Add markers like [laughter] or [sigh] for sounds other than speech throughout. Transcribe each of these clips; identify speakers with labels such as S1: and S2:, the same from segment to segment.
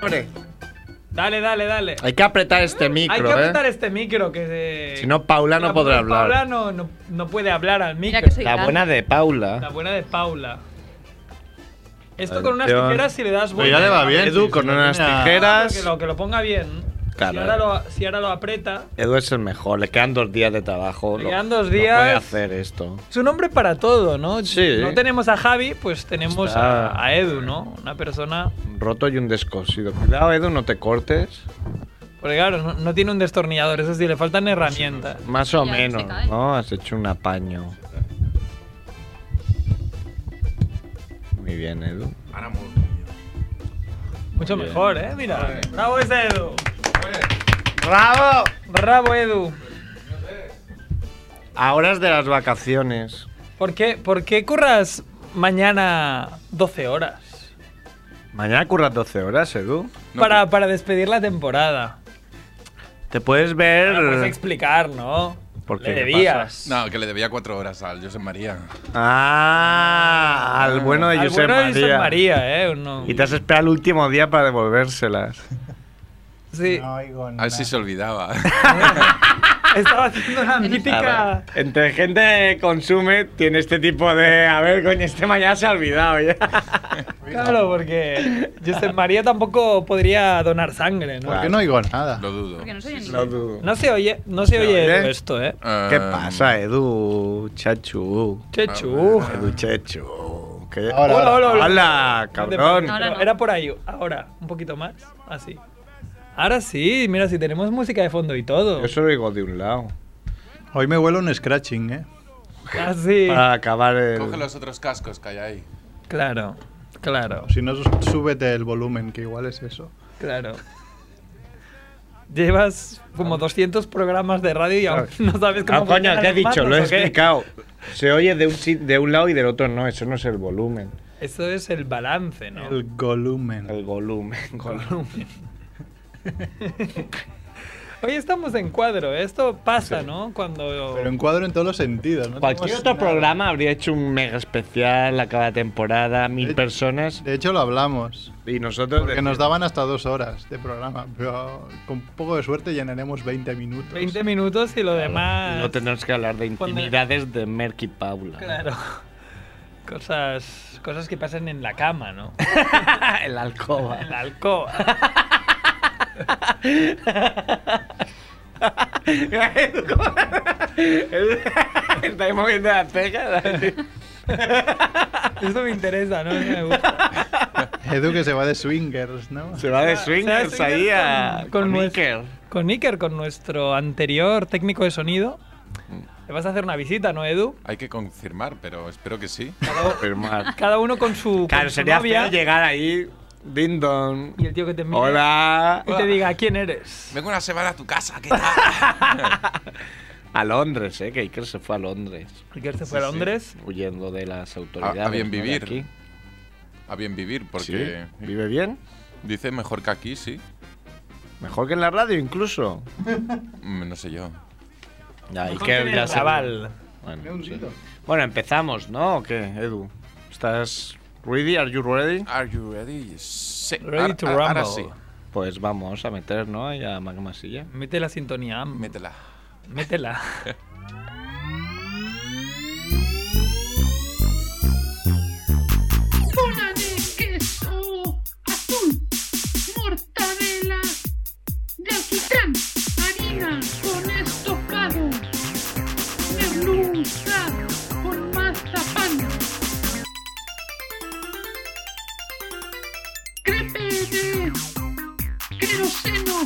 S1: Abre.
S2: Dale, dale, dale.
S1: Hay que apretar este micro,
S2: Hay que apretar
S1: ¿eh?
S2: este micro que se.
S1: Si no, Paula no podrá hablar.
S2: Paula no, no- no puede hablar al micro.
S3: Mira que soy
S4: La
S3: grande.
S4: buena de
S2: La
S4: Paula.
S2: buena de Paula. Esto con unas
S4: Atención.
S2: tijeras si le das
S5: Pero ya le va bien.
S1: Edu
S5: sí,
S1: con
S5: sí,
S1: unas
S5: mira.
S1: tijeras.
S2: Ah, Que lo, que lo ponga bien.
S4: Claro.
S2: Si ahora lo, si ahora lo aprieta.
S4: Edu es el mejor. Le quedan dos días de trabajo.
S2: Le
S4: Lo-
S2: quedan dos
S4: lo
S2: días.
S4: puede hacer esto.
S2: Es un hombre para todo, ¿no?
S4: Sí.
S2: No tenemos a Javi, pues tenemos
S4: Está-
S2: a, a Edu, ¿no? Una persona.
S4: Roto y un descosido. Cuidado, Edu, no te cortes.
S2: Porque claro, no, no tiene un destornillador, eso sí, le faltan herramientas.
S4: Más o
S3: Ya, se
S4: menos,
S3: cae.
S4: ¿no? Has hecho un apaño. Muy bien, Edu.
S5: Ahora muy bien.
S2: Mucho
S4: Muy bien.
S2: mejor, ¿eh? Mira. Bravo ese Edu.
S4: ¡Bravo!
S2: Bravo Edu.
S4: A horas de las vacaciones.
S2: ¿Por qué, por qué curras mañana 12 horas?
S4: Mañana curras 12 horas, Edu.
S5: No,
S4: pues-
S2: para, para despedir la temporada.
S4: Te puedes ver.
S2: Ahora puedes explicar, ¿no?
S4: Eh. ¿Por qué?
S2: Le
S4: ¿Qué
S2: debías.
S5: No, que le debía cuatro horas al José María.
S4: Ah, al bueno de
S2: Al
S4: Josep
S2: bueno de
S4: María.
S2: Josep María, ¿eh? Uno-
S4: Y te has esperado el último día para devolvérselas.
S2: Sí.
S6: No oigo
S5: A
S6: nada.
S5: ver si se olvidaba.
S2: Estaba haciendo una
S4: [laughs] A
S2: mítica.
S4: ver, Entre gente que consume, tiene este tipo de. A ver, coño, este mañana se ha olvidado ya.
S2: Claro, porque Josep María tampoco podría donar sangre, ¿no?
S6: ¿Por qué no oigo nada?
S5: Lo dudo.
S3: Porque no soy ni
S4: Lo dudo.
S2: No se oye, no se
S4: ¿Se
S2: oye
S4: oye? Ah,
S2: esto, ¿eh?
S4: ¿Qué
S5: Eh,
S4: pasa, Edu? Chachu.
S2: Che chu.
S4: Edu Chechu. ¿Qué?
S6: Ahora,
S2: Hola, hola, hola.
S4: Hola, cabrón.
S3: Ahora no.
S2: Era por ahí. Ahora, un poquito más. Así. Ahora sí, mira, si tenemos música de fondo y todo.
S4: Yo solo digo de un lado.
S6: Hoy me huele un scratching, ¿eh?
S2: Así.
S4: Para acabar
S5: Coge
S4: el. Ah,
S5: los otros cascos que hay ahí.
S2: Claro, claro,
S6: Si no, súbete el volumen, que igual es eso.
S2: claro. Llevas como 200 programas de radio y aún no sabes cómo.
S4: Ah, coño,
S2: funcionan
S4: te he
S2: los
S4: dicho,
S2: mandos,
S4: lo he
S2: ¿o qué?
S4: explicado. Se oye de un, sit- de un lado y del otro no, eso no es el volumen.
S2: Eso es el balance, ¿no?
S6: El volumen.
S4: El volumen. [laughs] volumen.
S2: Hoy estamos en cuadro, ¿eh? esto pasa, ¿no? Cuando.
S6: Pero encuadro en todos los sentidos, ¿no?
S4: Cualquier
S6: Tenemos
S4: otro
S6: nada.
S4: programa habría hecho un mega especial a cada temporada, mil
S6: Eh,
S4: personas.
S6: De hecho, lo hablamos.
S4: Y nosotros.
S6: Porque
S4: decimos-
S6: nos daban hasta dos horas de programa. Pero con poco de suerte llenaremos 20 minutos.
S2: 20 minutos y lo demás.
S4: No tenemos que hablar de intimidades de Merck y Paula.
S2: Claro. Cosas, cosas que pasan en la cama,
S4: [laughs]
S2: ¿no?
S4: [laughs] el
S2: [laughs]
S4: alcoba.
S2: En la alcoba.
S4: Edu, ¿cómo? Edu, Estáis moviendo las cejas.
S2: Esto me interesa, ¿no? Me gusta.
S6: Edu que se va de swingers, ¿no?
S4: Se va de
S2: Se
S4: swingers
S2: va de
S4: ahí
S2: swingers
S4: a.
S2: con- con nues-
S4: Iker.
S2: Con Iker, con nuestro anterior técnico de sonido.
S4: Mm.
S2: Le vas a hacer una visita, ¿no, Edu?
S5: Hay que confirmar, pero espero que sí. [laughs]
S4: Firmar.
S2: Cada uno con su,
S4: Claro,
S2: con su
S4: sería
S2: novia
S4: feo llegar ahí. Ding dong.
S2: y el tío que te mire
S4: Hola.
S2: y te diga quién eres.
S5: Vengo una semana a tu casa, ¿qué tal?
S4: A Londres, eh, que Iker se fue a Londres.
S2: Iker se fue a
S5: Sí, sí.
S2: Londres.
S4: Huyendo de las autoridades.
S5: A- a bien
S4: ¿no? de
S5: vivir.
S4: aquí.
S5: A bien vivir, porque
S4: Sí, ¿Vive bien?
S5: dice mejor que aquí, sí.
S4: Mejor que en la radio incluso.
S5: Mm, No sé yo.
S4: Ya,
S2: Mejor
S4: Iker
S2: que en
S4: ya
S2: el
S4: se-
S2: Raval.
S4: Bueno,
S6: Me he hundido.
S4: sí. Bueno, empezamos, ¿no? ¿O qué, Edu? ¿Estás ready? ¿Are you ready?
S5: Are you ready? Sí.
S2: Ready to
S5: ahora, ahora
S2: rumble.
S5: sí.
S4: Pues vamos a meter, ¿no? Ahí a Magma Silla.
S2: Mete la sintonía,
S5: Métela.
S4: [laughs]
S2: métela.
S7: bola de queso azul, mortadela de alquitrán, harina con estofado, merluza con mazapán, crepe de queroseno,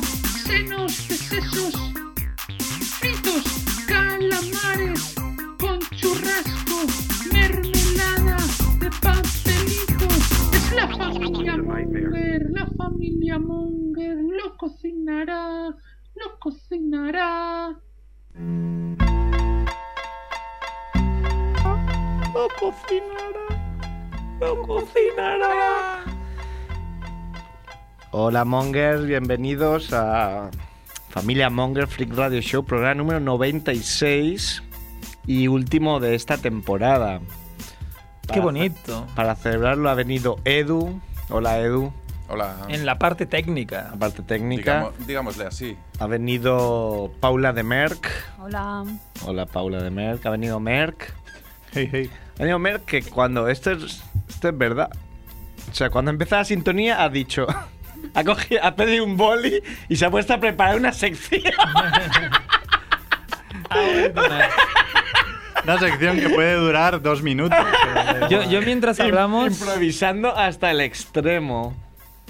S7: senos de sesos, fritos, calamares con churrasco, mermelada de pastelito. Es la familia Munger, la familia Munger lo cocinará, lo cocinará.
S4: Hola, Mongers. Bienvenidos a Familia Monger Freak Radio Show, programa número 96 y último de esta temporada.
S2: Qué
S4: Para-
S2: bonito.
S4: Para celebrarlo ha venido Edu. Hola, Edu.
S5: Hola.
S2: En la parte técnica.
S4: La parte técnica.
S5: Digamo- digámosle así.
S4: Ha venido Paula de Merck.
S3: Hola.
S4: Hola, Paula de Merck. Ha venido Merck.
S6: Hey, hey.
S4: Ha venido Merck que cuando. Esto es, esto es verdad. O sea, cuando empieza la sintonía ha dicho. [laughs] Ha, cogido, ha pedido un boli y se ha puesto a preparar una sección. [laughs]
S6: Una sección que puede durar dos minutos.
S2: [laughs]
S6: pero-
S2: Yo, yo
S4: [laughs]
S2: mientras hablamos,
S4: Improvisando hasta el extremo.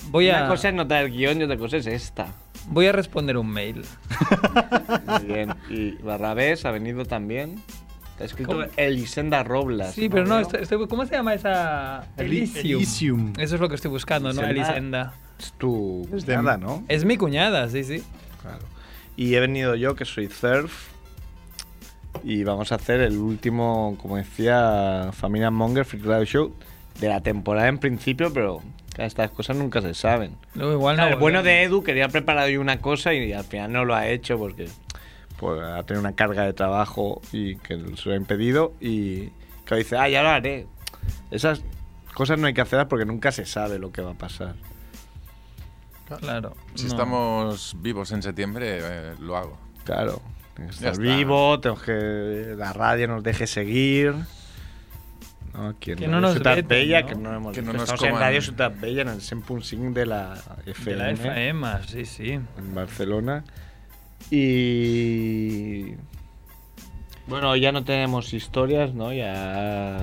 S2: voy
S4: Una
S2: a,
S4: cosa es notar el guión y otra cosa es esta.
S2: voy a responder un mail.
S4: Muy bien. Y Barrabés ha venido también. Está escrito
S2: ¿Cómo?
S4: Elisenda Roblas.
S2: Sí, pero no, estoy- estoy- ¿cómo se llama esa?
S6: Eli- Elysium.
S2: Eso es lo que estoy buscando, ¿no?
S4: Se llama-
S2: Elisenda.
S4: Es tu
S6: Es de-
S4: nada, ¿no?
S2: Es mi cuñada, sí, sí.
S4: Claro. Y he venido yo, que soy Surf. Y vamos a hacer el último, como decía, Familia Monger Free Radio Show de la temporada en principio, pero claro, estas cosas nunca se saben.
S2: Luego igual no
S4: Claro, el bueno
S2: volvemos.
S4: de Edu quería preparar hoy una cosa y al final no lo ha hecho porque pues, ha tenido una carga de trabajo y que se lo ha impedido y que dice, ah, ya lo haré. Esas cosas no hay que hacerlas porque nunca se sabe lo que va a pasar.
S2: Claro.
S5: Si
S2: no.
S5: estamos vivos en septiembre, eh, lo hago.
S4: Claro, tienes que
S5: Ya
S4: estar
S5: está.
S4: vivo, tenemos que la radio nos deje seguir. No,
S2: Que no nos
S4: Ciutat
S2: veten,
S4: Bella,
S2: ¿no?
S4: que no hemos
S5: Que no
S4: visto.
S5: nos
S4: Estamos en
S5: coman.
S4: Radio Ciutat Bella, en el 100.5 de la
S2: De la FM, sí, sí.
S4: en Barcelona. Y. Bueno, ya no tenemos historias, ¿no? Ya.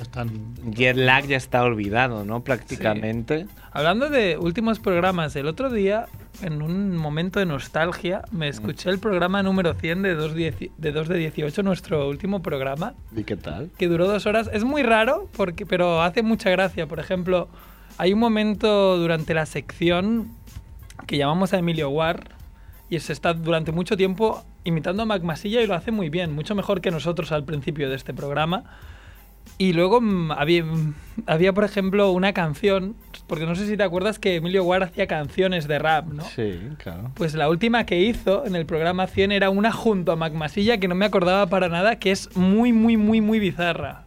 S6: Están
S4: Jet lag ya está olvidado, ¿no? Prácticamente.
S2: Hablando de últimos programas, el otro día, en un momento de nostalgia, me escuché el programa número 100 de 2 dieci- de, 2 de 18, nuestro último programa,
S4: ¿Y qué tal?
S2: que duró dos horas. Es muy raro, porque, pero hace mucha gracia. Por ejemplo, hay un momento durante la sección que llamamos a Emilio War y se está durante mucho tiempo imitando a Mac Masilla y lo hace muy bien, mucho mejor que nosotros al principio de este programa. Y luego mm, había, mm, había, por ejemplo, una canción, porque no sé si te acuerdas que Emilio War hacía canciones de rap, ¿no?
S4: Sí, claro.
S2: Pues la última que hizo en el programa 100 era una junto a Mac Masilla que no me acordaba para nada, que es muy, muy, muy, muy bizarra.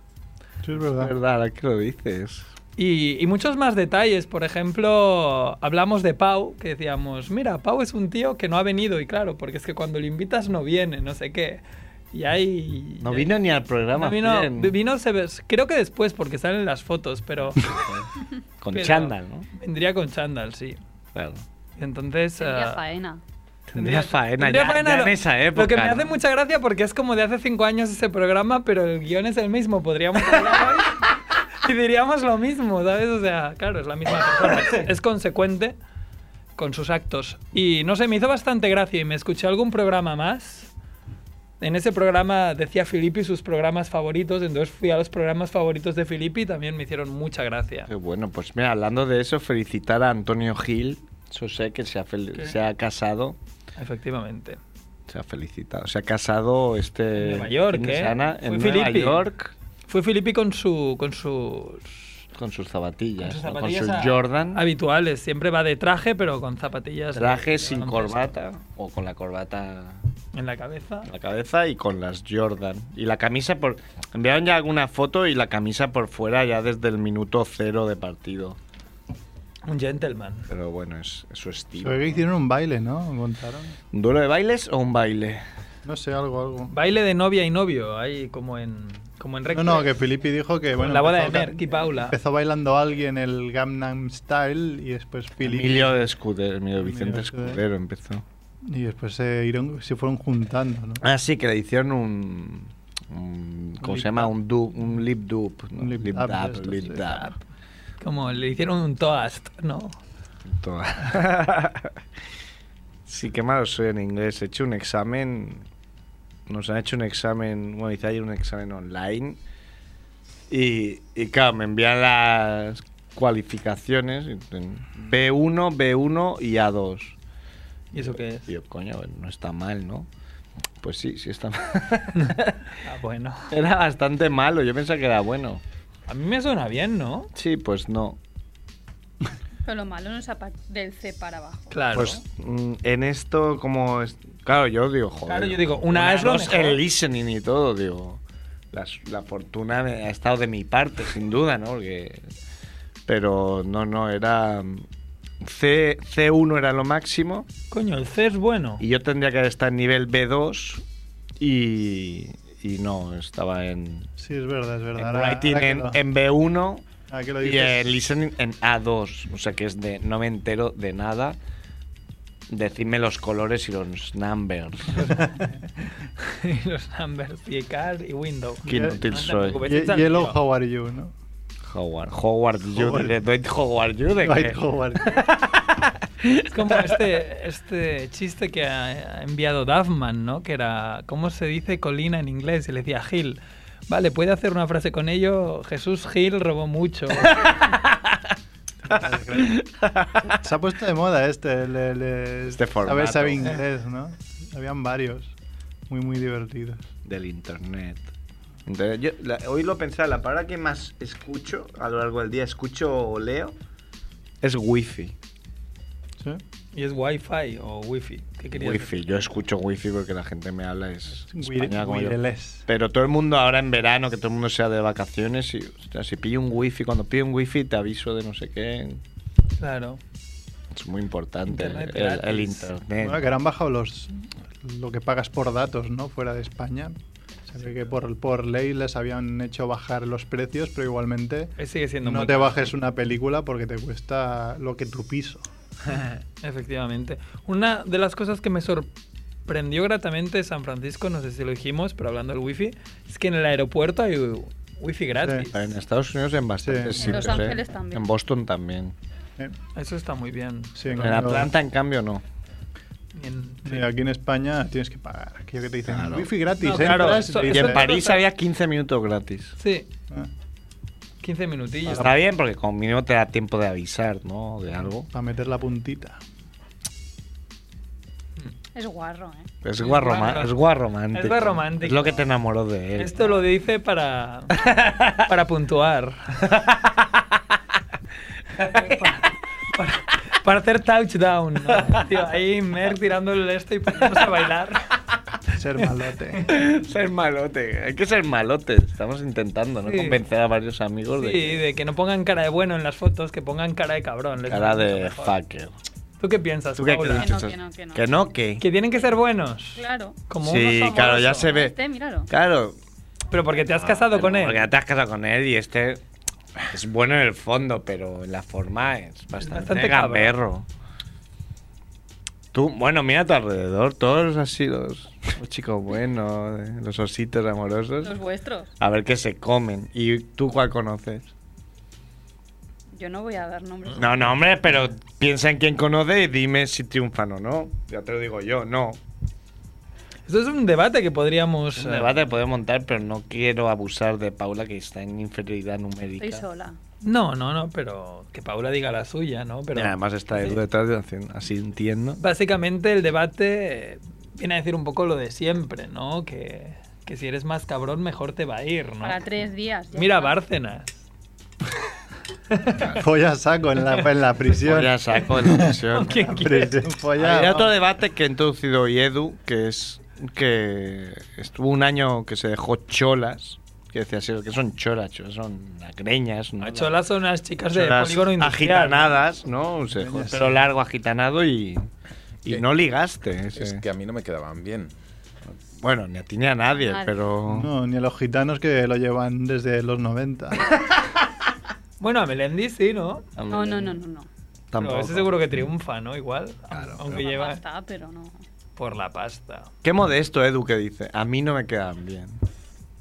S6: Sí, es
S4: Es
S6: verdad.
S4: verdad, ahora que lo dices.
S2: Y, y muchos más detalles, por ejemplo, hablamos de Pau, que decíamos, mira, Pau es un tío que no ha venido, y claro, porque es que cuando lo invitas no viene, no sé qué. Y ahí...
S4: No vino ni al programa.
S2: No vino,
S4: bien.
S2: vino se ve- creo que después, porque salen las fotos,
S4: [laughs]
S2: pero
S4: Con
S2: pero-
S4: chándal, ¿no?
S2: vendría con chándal, sí.
S4: Claro.
S2: Entonces...
S3: Tendría
S2: ah,
S3: faena.
S4: Tendría faena,
S2: tendría
S4: ya,
S2: faena
S4: ya
S2: lo-
S4: en esa época.
S2: Lo que me hace
S4: ¿no?
S2: mucha gracia porque es como de hace cinco años ese programa, pero el guión es el mismo. Podríamos hablar hoy [laughs] y diríamos lo mismo, ¿sabes? O sea, claro, es la misma persona. es- Es consecuente con sus actos. Y no sé, me hizo bastante gracia y me escuché algún programa más. En ese programa decía Filippi sus programas favoritos, entonces fui a los programas favoritos de Filippi y también me hicieron mucha gracia.
S4: Qué bueno, pues mira, hablando de eso, felicitar a Antonio Gil. Yo sé que se ha, fel-
S2: ¿Qué?
S4: se ha casado.
S2: Efectivamente.
S4: Se ha felicitado. Se ha casado este.
S2: En Nueva York,
S4: fin de
S2: ¿eh?
S4: semana
S2: Fue
S4: en Nueva
S2: Filippi.
S4: York.
S2: Fue Filippi con su. con sus
S4: Con sus zapatillas.
S2: Con sus
S4: ¿no? Con
S2: zapatillas
S4: sus
S2: a-
S4: Jordan.
S2: habituales. Siempre va de traje, pero con zapatillas. de-
S4: Traje
S2: de
S4: sin
S2: baloncesto.
S4: corbata. O con la corbata
S2: En la cabeza.
S4: en la cabeza y con las Jordan. Y la camisa por. Enviaron ya alguna foto y la camisa por fuera ya desde el minuto cero de partido.
S2: Un gentleman.
S4: Pero bueno, es, es su
S6: Se
S4: estilo.
S6: ve que hicieron un baile, ¿no? Contaron.
S4: ¿Un duelo de bailes o un baile?
S6: No sé, algo, algo.
S2: Baile de novia y novio, ahí como en. como en
S6: No,
S2: recto.
S6: no, que Filippi dijo que.
S2: Con
S6: Bueno,
S2: la boda de
S6: empezó ca-
S2: Merck y Paula.
S6: Empezó bailando alguien el Gangnam Style y después Filippi.
S4: Emilio de Escudero, Emilio Vicente
S6: Emilio Escudero.
S4: Escudero empezó.
S6: Y después se, iron- se fueron juntando, ¿no?
S4: Ah, sí, que le hicieron un. un- ¿Cómo
S6: Un
S4: se
S6: lip
S4: llama?
S6: dub.
S4: Un, du- un lip dub. ¿no?
S6: Un lip
S4: Lip
S6: dub de
S4: dub,
S6: estos,
S4: lip
S6: sí.
S4: dub.
S2: Como le hicieron un toast, ¿no?
S4: Toda- [laughs] sí, qué malo soy en inglés. He hecho un examen. Nos han hecho un examen. Bueno, hice ayer un examen online. Y, y claro, me envían las cualificaciones. y ten- B1, B1 y A2.
S2: ¿Y eso qué es?
S4: Y yo, coño, no está mal, ¿no? Pues sí, sí está mal. [laughs]
S2: Ah, bueno.
S4: Era bastante malo, yo pensaba que era bueno.
S2: A mí me suena bien, ¿no?
S4: Sí, pues no.
S3: Pero lo malo no es apa- del C para abajo.
S2: Claro.
S4: Pues mm, en esto, como. es- Claro, yo digo, joder.
S2: Claro, yo digo, una es lo
S4: dos,
S2: mejor.
S4: El listening y todo, digo. las- La, fortuna me- ha estado de mi parte, sin duda, ¿no? Porque- pero no, no, era. mm, C, C1 era lo máximo
S2: Coño, el C es bueno.
S4: y yo tendría que estar en nivel B2 y, y no, estaba en,
S6: Sí, es verdad, es verdad.
S4: en
S6: Ahora-
S4: writing
S6: ahora que
S4: en,
S6: lo-
S4: en B1
S6: ahora que lo
S4: Em- y
S6: dices-
S4: el listening en A2. O sea que es de no me entero de nada. Decidme los colores y los
S6: [laughs]
S4: numbers.
S2: [laughs] Y los numbers, y car y window.
S4: Qué inútil
S2: No te
S4: soy.
S2: preocupes,
S6: Ye-
S2: está el
S6: Yellow,
S2: tío.
S6: how are you,
S4: [laughs]
S6: ¿no?
S4: Howard. Howard
S6: Howard.
S4: Jude. Dwight Howard Jude.
S6: Dwight
S4: que-
S6: Howard.
S2: Es como este, este chiste que ha ha enviado Duffman, ¿no? Que era, ¿cómo se dice colina en inglés? Y le decía Gil. Vale, puede hacer una frase con ello. Jesús Gil robó
S6: [laughs]
S2: mucho.
S6: Se ha puesto de moda este, el, el- el-
S4: Este
S6: saber,
S4: formato.
S6: saber inglés, ¿no? Habían varios, muy, muy divertidos.
S4: Del internet. Entonces, yo la- hoy lo pensaba, la palabra que más escucho a lo largo del día, escucho o leo, es wifi.
S6: ¿Sí?
S2: Y es wifi o wifi. ¿Qué querías
S4: Wifi, yo escucho wifi porque la gente me habla es española como yo.
S6: Wireless.
S4: Pero todo el mundo ahora en verano, que todo el mundo sea de vacaciones, y hostia, si pillo un wifi, cuando pillo un wifi te aviso de no sé qué.
S2: decir? Claro.
S4: Es muy importante
S2: Internet
S4: el, el
S2: gratis.
S4: internet.
S6: Bueno, que ahora han bajado los, lo que pagas por datos, ¿no? Fuera de España. Se ve que por, por ley les habían hecho bajar los precios, pero igualmente
S2: Eh, Sigue siendo
S6: no
S2: muy
S6: te
S2: caro.
S6: bajes una película porque te cuesta lo que tu piso.
S2: [laughs] Efectivamente. Una de las cosas que me sorprendió gratamente de San Francisco, no sé si lo dijimos, pero hablando del wifi, es que en el aeropuerto hay wifi gratis.
S4: En Estados Unidos en bastantes
S6: Sí.
S3: En Los
S4: sitios, ¿eh?
S3: Ángeles también.
S4: En Boston también.
S6: ¿eh?
S2: Eso está muy bien.
S6: Sí,
S4: En
S6: cambio-
S4: Atlanta, en cambio, no.
S2: En-
S6: sí, aquí en España tienes que pagar. Aquello que te dicen
S4: Claro.
S6: wifi gratis.
S2: No, claro,
S6: entras
S2: eso-
S6: te
S4: Y
S2: eso-
S6: dicen,
S4: en París había 15 minutos gratis.
S2: Sí,
S6: "Ah,
S2: 15 minutillos.
S4: Está bien porque como mínimo te da tiempo de avisar, ¿no? De algo.
S6: Para meter la puntita.
S3: Es guarro, ¿eh?
S4: Es
S2: Es
S4: guarroma-
S2: guarro.
S4: es guarromántico.
S2: Es guarromántico.
S4: Es lo que te enamoró de él.
S2: Esto lo dice para, para puntuar. para, para hacer touchdown. ¿no? Tío, ahí Merck tirándole esto y poniéndose a bailar.
S6: Ser
S4: [laughs] [laughs]
S6: malote.
S4: Ser malote. Hay que ser malote. Estamos intentando, ¿no?
S2: Sí.
S4: Convencer a varios amigos de
S2: Sí, de que no pongan cara de bueno en las fotos, que pongan cara de cabrón. les
S4: cara
S2: sale mucho
S4: de
S2: mejor.
S4: fucker.
S2: ¿Tú qué piensas,
S4: ¿Tú qué
S2: Paula?
S4: crees?
S3: Que no, que no, que no.
S4: Que no, que.
S2: Que tienen que ser buenos.
S3: Claro.
S2: Como
S4: Sí,
S2: unos
S4: claro, ya
S2: famosos.
S4: se ve.
S3: Este, míralo.
S4: Claro.
S2: Pero porque te has casado
S4: Ah,
S2: con él.
S4: Porque te has casado con él y este es bueno en el fondo, pero en la forma es bastante,
S2: bastante cabrón.
S4: gamberro. Tú, bueno, mira a tu alrededor, todos así los, los chicos buenos, eh, los ositos amorosos.
S3: Los vuestros.
S4: A ver qué se comen. ¿Y tú cuál conoces?
S3: Yo no voy a dar nombres.
S4: No, no, hombre, pero piensa en quién conoce y dime si triunfan o no. Ya te lo digo yo, no.
S2: Eso es un debate que podríamos. eh,
S4: Es un debate que podemos montar, pero no quiero abusar de Paula, que está en inferioridad numérica.
S3: Estoy sola.
S2: No, no, no, pero que Paula diga la suya, ¿no? Pero
S4: Y además está
S2: Sí.
S4: él detrás, de- haciendo- así entiendo.
S2: Básicamente el debate eh, viene a decir un poco lo de siempre, ¿no? Que, que si eres más cabrón, mejor te va a ir, ¿no?
S3: Para tres días. ya
S2: Mira
S3: está.
S2: Bárcenas.
S6: Folla saco en la, en la prisión.
S4: Ya saco la [laughs]
S2: ¿Con
S4: presión.
S2: quién
S6: La
S2: quieres?
S6: prisión, folla.
S4: Hay otro debate que ha introducido hoy Edu, que es que estuvo un año que se dejó cholas, que decía así, que son cholas, cholas son greñas, ¿no?
S2: No, Cholas son unas chicas de
S4: Cholas
S2: polígono industrial.
S4: agitanadas, ¿no? Se dejó el
S6: Greñas.
S4: pelo largo, agitanado y, y
S5: Eh,
S4: no ligaste.
S5: Es
S4: ese.
S5: que a mí no me quedaban bien.
S4: Bueno, ni a ti ni a nadie,
S3: Nadie.
S4: pero...
S6: No, ni a los gitanos que lo llevan desde los 90.
S2: Bueno, a Melendi sí, ¿no?
S3: No, no, no, no. no.
S4: Tampoco.
S2: Pero ese seguro que triunfa, ¿no? Igual. aunque
S3: Papá
S2: lleva
S3: está, pero no.
S2: por la pasta.
S4: Qué modesto Edu que dice, a mí no me quedan
S6: [laughs]
S4: bien.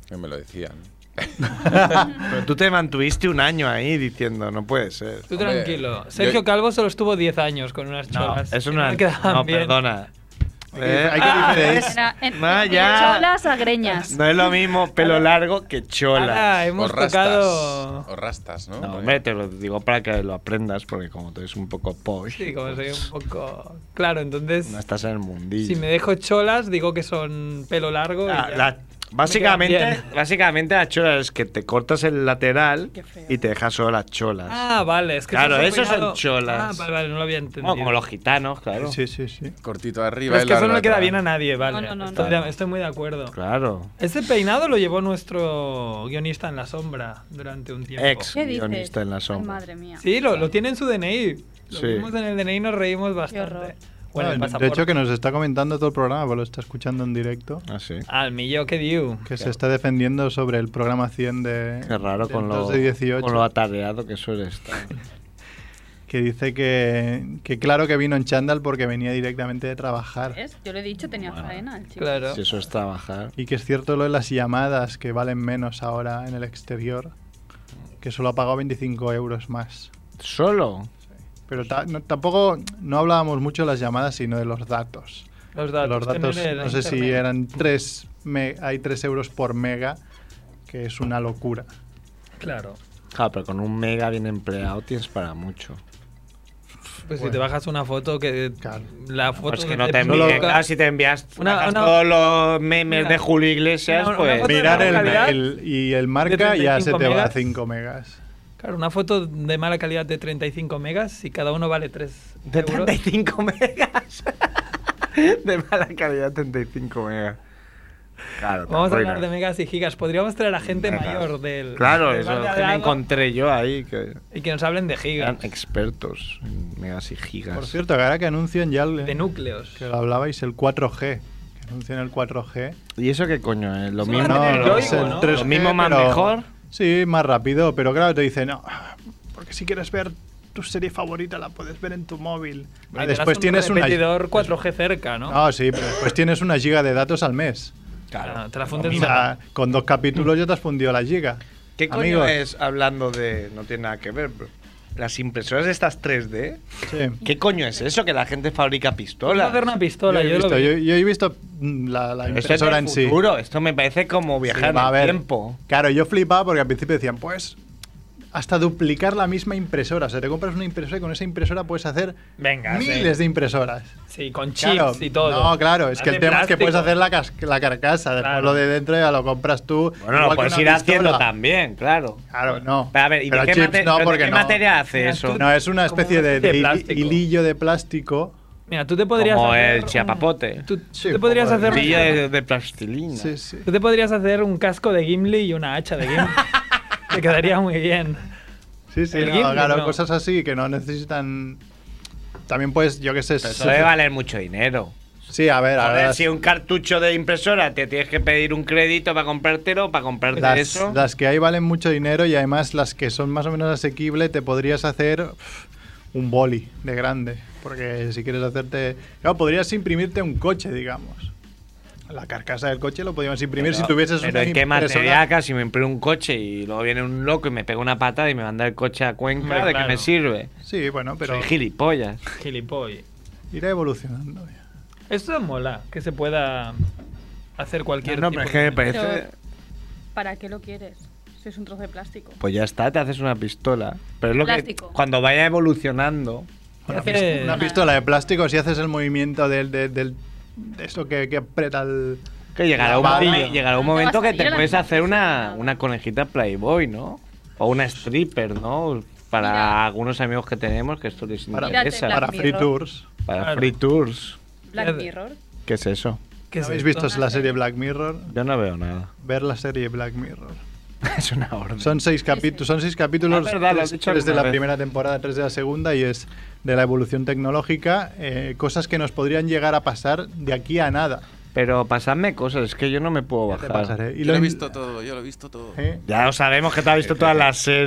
S5: que Me lo decían.
S4: Pero tú te mantuviste un año ahí diciendo, no puede ser.
S2: Tú
S5: Hombre,
S2: tranquilo. Sergio
S5: yo-
S2: Calvo solo estuvo 10 años con unas
S4: No,
S2: cholas.
S4: eso
S2: que
S4: no
S2: le
S4: es
S2: quedaban
S4: No,
S2: bien.
S4: perdona.
S6: Hay que- hay que
S4: ah,
S6: diferenciar.
S4: ¿ves?
S3: Era en,
S4: No,
S3: en
S4: ya.
S3: cholas a greñas.
S4: No es lo mismo pelo largo que
S2: Ahora
S4: chola.
S2: Ah, hemos
S5: o rastas.
S2: tocado.
S5: O rastas, ¿no?
S4: No,
S5: Porque-
S4: hombre, te lo digo para que lo aprendas, porque como tú eres un poco posh,
S2: Sí, como soy
S4: pues,
S2: un poco. Claro, entonces.
S4: no estás en el mundillo.
S2: Si me dejo cholas, digo que son pelo largo. y
S4: Ah,
S2: ya.
S4: la- básicamente,
S2: bien.
S4: básicamente la chola es que te cortas el lateral
S3: Qué feo.
S4: y te dejas solo las cholas.
S2: Ah, vale, es que.
S4: Claro,
S2: eso es
S4: esos son
S2: peinado-
S4: cholas.
S2: Ah, vale, vale, no lo había entendido.
S4: Bueno, como los gitanos, claro.
S6: Sí, sí, sí.
S5: Cortito arriba.
S2: Pero es
S5: y
S2: que eso no
S5: largo
S2: le queda
S5: atrás.
S2: bien a nadie, vale.
S3: No, no, no,
S2: estoy,
S3: no.
S2: de- estoy muy de acuerdo.
S4: Claro.
S2: Ese peinado lo llevó nuestro guionista en la sombra durante un tiempo.
S4: Ex
S3: ¿Qué dices?
S4: guionista en la sombra.
S3: Ay, madre mía.
S2: Sí, lo, lo tiene en su DNI. Lo
S1: Sí.
S2: vimos en el DNI nos reímos
S3: horror.
S2: bastante.
S6: Ah,
S2: el
S6: de hecho,
S2: pasaporte.
S6: que nos está comentando todo el programa, porque lo está escuchando en directo.
S1: Ah, sí.
S2: Al millo que diu.
S6: Que se está defendiendo sobre el programa 100 de.
S1: Qué raro
S6: del
S1: con lo,
S6: 2 de 18,
S1: con lo atareado que suele estar.
S6: Que dice que, que claro que vino en chándal porque venía directamente de trabajar.
S3: ¿Ves? Yo le he dicho, tenía faena el chico.
S2: Claro.
S1: Si eso es trabajar.
S6: Y que es cierto lo de las llamadas que valen menos ahora en el exterior. Que solo ha pagado 25 euros más.
S1: ¿Solo?
S6: Pero ta- no- tampoco no hablábamos mucho de las llamadas, sino de los datos.
S2: Los datos.
S6: los datos,
S2: que era
S6: no sé si
S2: internet.
S6: eran 3, hay 3 euros por mega, que es una locura.
S2: Claro.
S1: Ja, pero con un mega bien empleado tienes para mucho.
S2: Pues si
S6: Bueno.
S2: te bajas una foto que
S6: Claro.
S2: la foto
S4: Pues que no te
S6: Solo-
S4: envíen. Claro, si te envías
S2: Una-
S4: bajas
S2: una-
S4: todos los memes
S2: Mira.
S4: de Julio Iglesias,
S2: Mira, una
S4: pues.
S2: foto de
S6: Mirar
S2: mala
S6: el,
S2: calidad
S6: el- y el marca
S2: de
S6: ya se
S2: 35
S6: te va a
S2: megas.
S6: 5 megas.
S2: Claro, una foto de mala calidad de 35 megas y cada uno vale 3
S4: de 35 megas.
S1: [laughs] De mala calidad, 35 megas. Claro, te
S2: Vamos a hablar de
S1: arruinas.
S2: megas y gigas. Podríamos traer a gente mayor del.
S1: Claro,
S2: del
S1: eso
S2: bar de
S1: es
S2: al
S1: que me
S2: lado
S1: encontré yo ahí, que
S2: Y que nos hablen de gigas,
S1: eran expertos en megas y gigas.
S6: Por cierto, que ahora que anuncian ya el,
S2: de núcleos.
S6: que lo hablabais, el 4G. Que anuncian el 4G.
S1: ¿Y eso qué coño es? ¿Lo
S2: Sí,
S1: mismo?
S2: no,
S1: No,
S2: no,
S1: lo-
S2: es el
S1: lo
S6: 3G,
S1: mismo más
S6: pero-
S1: mejor?
S6: Sí, más rápido, pero claro, te dicen, no, porque si quieres ver tu serie favorita la puedes ver en tu móvil. Ah,
S2: Y
S6: después tienes
S2: un
S6: una...
S2: repetidor 4G cerca, ¿no?
S6: No, sí, pero después tienes una giga de datos al mes.
S2: Ah, te la
S6: O
S2: fundes
S6: sea, con dos capítulos ya te has fundido la giga.
S1: ¿Qué coño
S6: Amigos.
S1: es hablando de.? No tiene nada que ver, pero. Las impresoras de estas 3D.
S6: Sí.
S1: ¿Qué coño es eso? Que la gente fabrica
S2: Vamos a
S1: pistolas.
S2: hacer una pistola.
S6: yo, he
S2: Yo, lo
S6: visto,
S2: vi.
S6: yo- yo he visto mm, la, la
S1: Esto es
S6: impresora
S1: del
S6: en sí.
S1: futuro. Esto me parece como
S6: Sí,
S1: viajar en el
S6: va a haber-
S1: tiempo.
S6: Claro, yo flipaba porque al principio decían, pues, hasta duplicar la misma impresora. O sea, te compras una impresora y con esa impresora puedes hacer
S2: Venga, sí.
S6: miles de impresoras.
S2: Sí, con chips
S6: Claro,
S2: y todo.
S6: No, claro, es que el
S2: Hace
S6: tema es que
S2: plástico.
S6: puedes hacer la, cas- la carcasa. Después
S2: Claro.
S6: lo de dentro ya lo compras tú.
S4: Bueno,
S6: igual
S4: lo
S6: que
S4: puedes
S6: una
S4: ir haciendo
S6: pistola.
S4: también, claro.
S6: Claro, no.
S4: Pero a ver, ¿y
S6: Pero
S4: de qué,
S6: chips
S4: mate-
S6: no,
S4: pero de
S6: porque
S4: qué
S6: no.
S4: materia hace
S2: Mira,
S4: eso?
S2: tú-
S6: No, es una
S2: Como
S6: especie
S2: una
S6: de,
S2: especie de
S6: de hil-
S2: plástico.
S6: hilillo de plástico.
S2: Mira, tú te podrías
S4: Como
S2: hacer
S4: el
S2: un-
S4: chiapapote.
S2: Tú,
S6: Sí,
S2: tú
S6: un
S2: te podrías
S6: poco de
S2: hacer
S1: Brillo
S2: un-
S1: de, de plastilina.
S6: Sí, sí.
S2: tú te podrías hacer un casco de Gimli y una hacha de
S6: [laughs]
S2: Gimli. te quedaría muy bien.
S6: Sí, sí,
S2: El
S6: no,
S2: Gimli,
S6: claro,
S2: no.
S6: cosas así que no necesitan. También puedes, yo qué sé.
S4: Pero eso
S6: se-
S4: debe valer mucho dinero.
S6: Sí, a ver,
S4: A
S6: ahora
S4: ver,
S6: las-
S4: si un cartucho de impresora te tienes que pedir un crédito para comprártelo, para comprarte
S6: las,
S4: eso.
S6: las que hay valen mucho dinero y además las que son más o menos asequibles te podrías hacer uf, un boli de grande. Porque si quieres hacerte. Claro, podrías imprimirte un coche, digamos. La carcasa del coche lo podríamos imprimir si tuvieses
S4: Pero
S6: una
S4: en qué
S6: impresora.
S4: material casi me imprime un coche y luego viene un loco y me pega una patada y me manda el coche a Cuenca,
S2: Hombre,
S4: ¿de
S2: claro.
S4: qué me sirve?
S6: Sí, bueno, pero
S4: Soy gilipollas.
S2: Gilipoll.
S6: irá evolucionando. ya.
S2: Esto mola, que se pueda hacer cualquier
S1: No,
S2: tipo
S1: pero es
S2: de-
S1: que me parece.
S3: Pero, ¿Para qué lo quieres? Si es un trozo de plástico.
S1: Pues ya está, te haces una pistola. Pero es lo
S3: Plástico.
S1: que. Cuando vaya evolucionando.
S6: Una,
S2: Hace-
S6: pist- una
S2: Ajá.
S6: pistola de plástico, si haces el movimiento del, del, del- de esto que, que aprieta el.
S4: Que llegará un,
S6: Vale.
S4: momen- llegará un
S3: No te
S4: momento
S3: vas a
S4: que te
S3: salir a la
S4: puedes
S3: calle,
S4: hacer una,
S3: nada.
S4: una conejita Playboy, ¿no? O una stripper, ¿no? Para
S3: Mira.
S4: algunos amigos que tenemos que esto les
S6: Para,
S3: Mírate,
S4: interesa.
S3: Black
S6: para Free
S3: Mirror.
S6: Tours.
S4: Para
S2: Claro.
S4: free-
S1: Free Tours.
S3: Black
S2: Fíjate.
S3: Mirror.
S1: ¿Qué es eso?
S2: ¿Qué es
S6: ¿Habéis
S2: esto?
S6: visto la serie Black Mirror?
S1: Yo no veo
S6: [laughs]
S1: nada.
S6: Ver la serie Black Mirror.
S1: es una orden.
S6: Son seis, capítulos son seis capítulos,
S4: Ah, verdad, lo has
S6: tres,
S4: dicho
S6: tres de
S4: alguna
S6: la
S4: vez.
S6: primera temporada, tres de la segunda, y es de la evolución tecnológica, eh, cosas que nos podrían llegar a pasar de aquí a nada.
S4: Pero pasadme cosas, es que yo no me puedo
S6: Te
S4: bajar.
S6: pasaré. Y
S8: Yo lo he
S6: in-
S8: visto todo, yo lo he visto
S6: [laughs]
S8: todo.
S6: ¿Eh?
S1: Ya lo sabemos que te has
S6: [laughs]
S1: visto todas las
S2: Mira,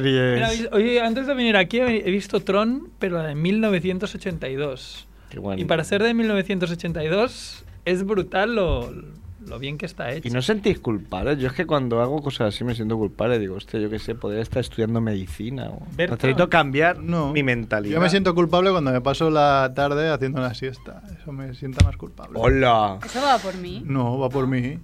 S1: series.
S2: vi- oye, antes de venir aquí he he visto Tron, pero la de 1982.
S4: Qué bueno.
S2: Y para ser de 1982, es brutal lo, lo bien que está hecho.
S1: ¿Y no sentís culpables? Yo es que cuando hago cosas así me siento culpable. Digo, hostia, yo qué sé, podría estar estudiando medicina. O...
S2: Berta.
S1: Necesito cambiar
S6: No.
S1: mi mentalidad.
S6: Yo me siento culpable cuando me paso la tarde haciendo una siesta. Eso me sienta más culpable. [laughs]
S1: ¡Hola!
S3: Eso va por mí.
S6: No, va por mí.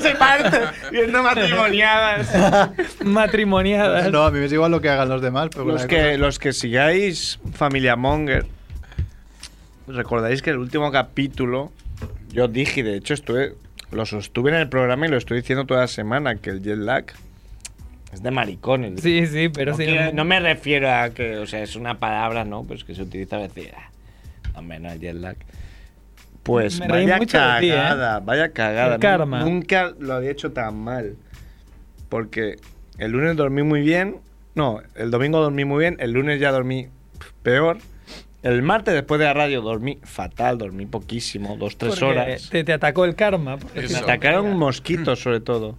S1: se parte!
S6: [laughs]
S1: Viendo matrimoniadas.
S2: Matrimoniadas.
S6: No, a mí me es igual lo que hagan los demás. Pero
S1: Los
S6: cada
S1: que, los que sigáis Familia Monger, recordáis que el último capítulo, yo dije, y de hecho estuve, lo sostuve en el programa y lo estoy diciendo toda la semana, que el jet lag es de maricones.
S2: Sí, sí, pero
S4: no,
S2: sí.
S4: quiero- no me refiero a que, o sea, es una palabra, ¿no? Pues que se utiliza a decir, ah, hombre, no, el jet lag.
S1: Pues
S2: Me reí
S1: vaya
S2: mucho de ti, ¿eh?
S1: cagada, vaya cagada.
S2: El karma.
S1: Nunca lo había hecho tan mal. Porque el lunes dormí muy bien No, el domingo dormí muy bien, el lunes ya dormí pf, peor. El martes después de la radio dormí fatal, dormí poquísimo, dos, tres
S2: Porque
S1: horas.
S2: Te, te atacó el karma. por
S5: Eso.
S1: Me
S2: decirlo.
S1: atacaron mosquitos sobre todo.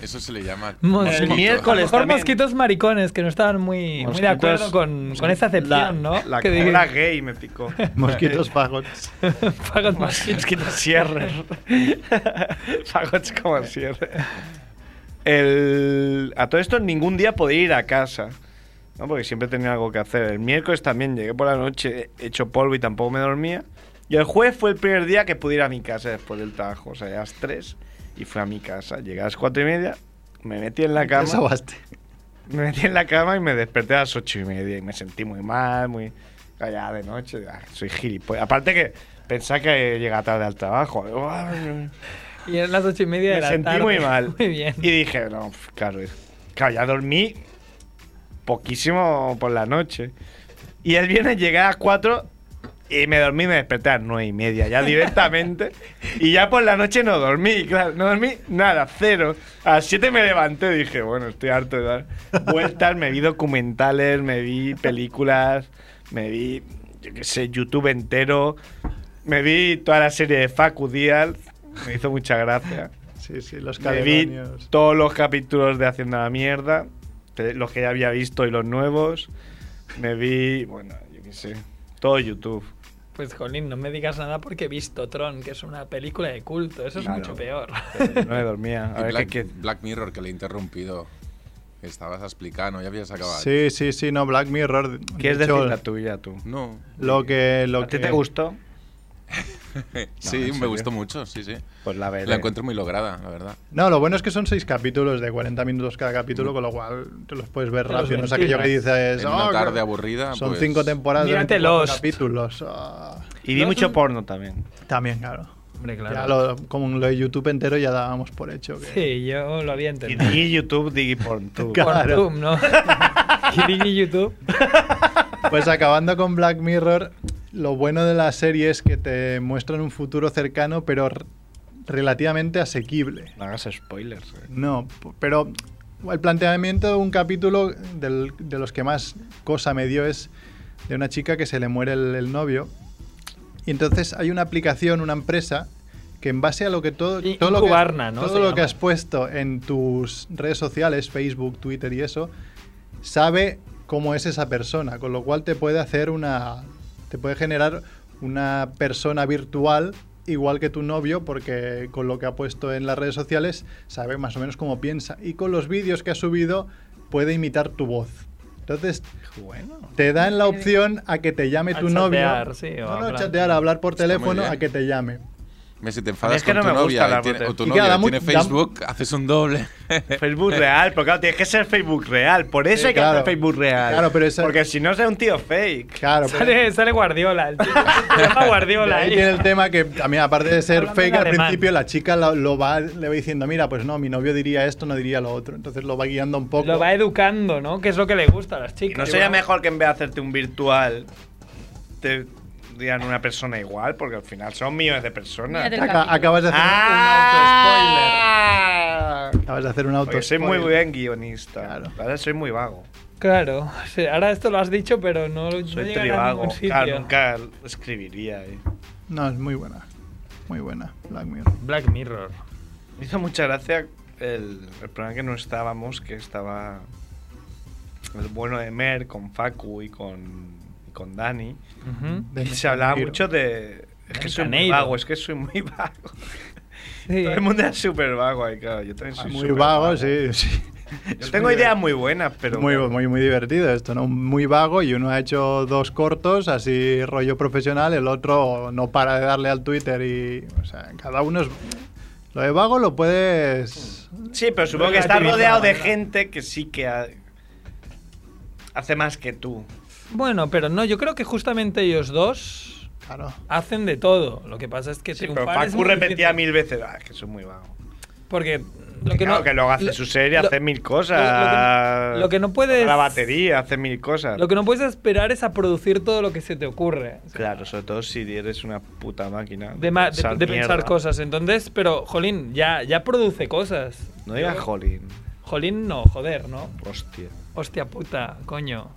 S5: Eso se le llama.
S2: Mosquito.
S1: El miércoles
S2: A lo mejor
S1: también.
S2: mosquitos maricones que no estaban muy, muy de
S1: Mosquitos-
S2: acuerdo con, con esa acepción, ¿no?
S1: La
S2: que digan,
S1: cobra
S2: [laughs]
S1: gay me [laughs] picó.
S6: Mosquitos fagots.
S2: "Fagot mosquito".
S1: Mosquitos cierres. Fagots
S5: [laughs]
S1: como cierre. El- a todo esto ningún día podía ir a casa. ¿no? Porque siempre tenía algo que hacer. El miércoles también llegué por la noche hecho polvo y tampoco me dormía. Y el jueves fue el primer día que pude ir a mi casa después del trabajo. O sea, ya a las 3 y fui a mi casa. Llegué a las 4 y media, me metí en la
S6: Ya
S1: cama.
S6: sabaste.
S1: Me metí en la cama y me desperté a las ocho y media y me sentí muy mal, muy callada de noche. Ah, soy gilipollas. Aparte que pensaba que llegaba tarde al trabajo.
S2: Y eran las ocho y media de
S1: Me
S2: la
S1: sentí
S2: tarde.
S1: muy mal.
S2: [laughs] Muy bien.
S1: Y dije, no, pf, claro, es- claro, ya dormí poquísimo por la noche. Y el viernes llegué a las 4 y me dormí, me desperté a las 9 y media, ya
S2: [laughs]
S1: directamente. y ya por la noche no dormí, claro, no dormí nada, cero. A las 7 me levanté y dije, bueno, estoy harto de dar vueltas, me vi documentales, me vi películas, me vi, yo qué sé, YouTube entero, me vi toda la serie de Facu Díaz, me hizo mucha gracia.
S6: Sí, sí, los
S1: Me vi
S6: caledonios.
S1: todos los capítulos de Haciendo la Mierda, te- los que ya había visto y los nuevos. Me vi, bueno, yo qué sé, todo YouTube.
S2: Pues, Jolín, no me digas nada porque he visto Tron, que es una película de culto. Eso es
S1: Claro.
S2: mucho
S1: [laughs]
S2: peor.
S1: No me
S6: [laughs]
S1: dormía.
S5: Y
S1: A ver
S5: Black,
S1: qué- qué-
S5: Black Mirror, que le he interrumpido. Estabas explicando, ya habías acabado.
S6: Sí, sí, sí, no, Black Mirror.
S1: ¿Quieres
S6: de hecho,
S1: decir la tuya tú?
S5: No.
S6: Lo que. Lo
S1: ¿A ti
S6: que
S1: te gustó?
S5: sí,
S1: en
S5: me
S1: serio.
S5: gustó mucho, sí, sí.
S1: Pues la veré.
S5: La encuentro muy lograda, la verdad.
S6: No, lo bueno es que son seis capítulos de 40 minutos cada
S1: Mm.
S6: capítulo, con lo cual te los puedes ver
S2: Te los
S6: rápido. No es
S2: ventilas.
S6: aquello que dices.
S5: en una
S6: "Oh,
S5: tarde
S6: que-
S5: aburrida.
S6: Son
S5: pues,
S6: cinco temporadas de
S2: Mírate
S6: 24
S2: Lost.
S6: capítulos. ah.
S1: Y vi mucho porno también.
S6: también, claro.
S2: Hombre,
S6: Ya lo, como lo de YouTube entero ya dábamos por hecho. Que...
S2: Sí, yo lo había
S1: Y
S2: entendido.
S1: di YouTube, di porn tú.
S6: [laughs] Claro.
S1: [laughs]
S2: Pornhub, ¿no? Kirigi YouTube.
S6: Pues acabando con Black Mirror, lo bueno de la serie es que te muestran un futuro cercano, pero r- relativamente asequible.
S1: No hagas spoilers. eh.
S6: No, p- pero el planteamiento de un capítulo del- de los que más cosa me dio es de una chica que se le muere el, el novio. Y entonces hay una aplicación, una empresa, que en base a lo que todo,
S2: Y-
S6: todo lo, que,
S2: Incubarna, ¿no?
S6: todo
S2: Se
S6: lo
S2: llama.
S6: que has puesto en tus redes sociales, Facebook, Twitter y eso, sabe cómo es esa persona, con lo cual te puede hacer una. te puede generar una persona virtual igual que tu novio, porque con lo que ha puesto en las redes sociales sabe más o menos cómo piensa. Y con los vídeos que ha subido puede imitar tu voz. Entonces,
S1: Bueno.
S6: te dan la opción a que te llame
S2: A
S6: tu
S2: chatear,
S6: novio.
S2: sí, o
S6: no, no,
S2: hablar.
S6: chatear, hablar por
S5: Está muy
S6: teléfono,
S5: bien.
S6: a que te llame.
S5: Mira, si te
S1: A mí
S5: enfadas
S1: es que
S5: con
S1: no
S5: tu
S1: me gusta
S5: novia
S1: la
S5: y tiene,
S1: ruta.
S5: o tu
S6: Y
S5: novia
S6: claro, da
S5: y tiene
S6: mu- da-
S5: Facebook, haces un doble.
S6: Eh.
S1: Facebook real, pero claro, tienes que ser Facebook real. Por eso
S6: Sí,
S1: hay que
S6: claro.
S1: hacer Facebook real.
S6: Claro, pero esa-
S1: Porque si no, sea un tío fake.
S6: Claro, pero-
S2: Sale, sale Guardiola. El tío. Se
S1: [laughs]
S2: llama Guardiola. ¿eh?
S6: ahí
S2: ahí.
S6: tiene el tema que también, aparte de ser
S2: Háblame
S6: fake,
S2: en
S6: al
S2: alemán.
S6: principio la chica lo, lo va, le va diciendo, mira, pues no, mi novio diría esto, no diría lo otro. Entonces lo va guiando un poco.
S2: Lo va educando, ¿no? Que es lo que le gusta a las
S1: ¿Y
S2: chicas.
S1: no
S2: Y
S1: sería
S2: bueno,
S1: mejor que en vez de hacerte un virtual, te digan una persona igual? Porque al final son millones de personas. [laughs]
S3: Mira, del
S6: Aca-
S3: capítulo.
S6: acabas de hacer un-
S1: ¡Ah!
S6: un auto-spoiler. Acabas de hacer un auto
S1: Porque soy muy buen guionista.
S6: Claro.
S1: Ahora soy muy vago.
S2: Claro. O sea, Ahora esto lo has dicho, pero no, no
S1: Soy
S2: llegan a
S1: trivago.
S2: ningún sitio.
S1: Claro, nunca escribiría. eh.
S6: No, es muy buena. Muy buena, Black Mirror.
S2: Black Mirror.
S1: Me hizo mucha gracia el, el programa que no estábamos, que estaba el bueno de Mer con Facu y con, y con Dani.
S2: Ujú.
S6: De
S1: Y se hablaba
S6: Mirror.
S1: mucho de... Es que
S2: Del
S1: soy muy
S2: Janeiro.
S1: vago, es que soy muy [laughs] vago. [laughs]
S2: Sí.
S1: Todo el mundo es súper vago ahí, claro. Yo también soy
S6: Ah, Muy
S1: súper
S6: vago, sí. sí.
S1: Yo tengo ideas muy buenas, pero.
S6: Muy, muy, muy divertido esto, ¿no? Muy vago y uno ha hecho dos cortos, así rollo profesional, el otro no para de darle al Twitter y... O sea, cada uno es... Lo de vago lo puedes...
S1: Sí, pero supongo que estás rodeado de gente que sí que ha- hace más que tú.
S2: Bueno, pero no, yo creo que justamente ellos dos
S6: Claro.
S2: hacen de todo. Lo que pasa es que
S1: Sí, pero
S2: triunfar es
S1: Facu
S2: muy
S1: repetía
S2: difícil.
S1: mil veces, ah, que soy muy vago.
S2: Porque lo que
S1: claro,
S2: no.
S1: que luego hace
S2: lo-
S1: su serie,
S2: lo-
S1: hace mil
S2: lo-
S1: cosas.
S2: lo que no- lo que no puedes-
S1: La batería, hace mil cosas.
S2: Lo que no puedes esperar es a producir todo lo que se te ocurre. O sea,
S1: Claro, sobre todo si eres una puta máquina.
S2: De, ma- de- de pensar
S1: mierda.
S2: cosas. Entonces, pero, Jolín, ya, ya produce cosas.
S1: No digas
S2: Yo-
S1: jolín.
S2: Jolín, no, joder, ¿no?
S1: Hostia.
S2: Hostia puta, coño.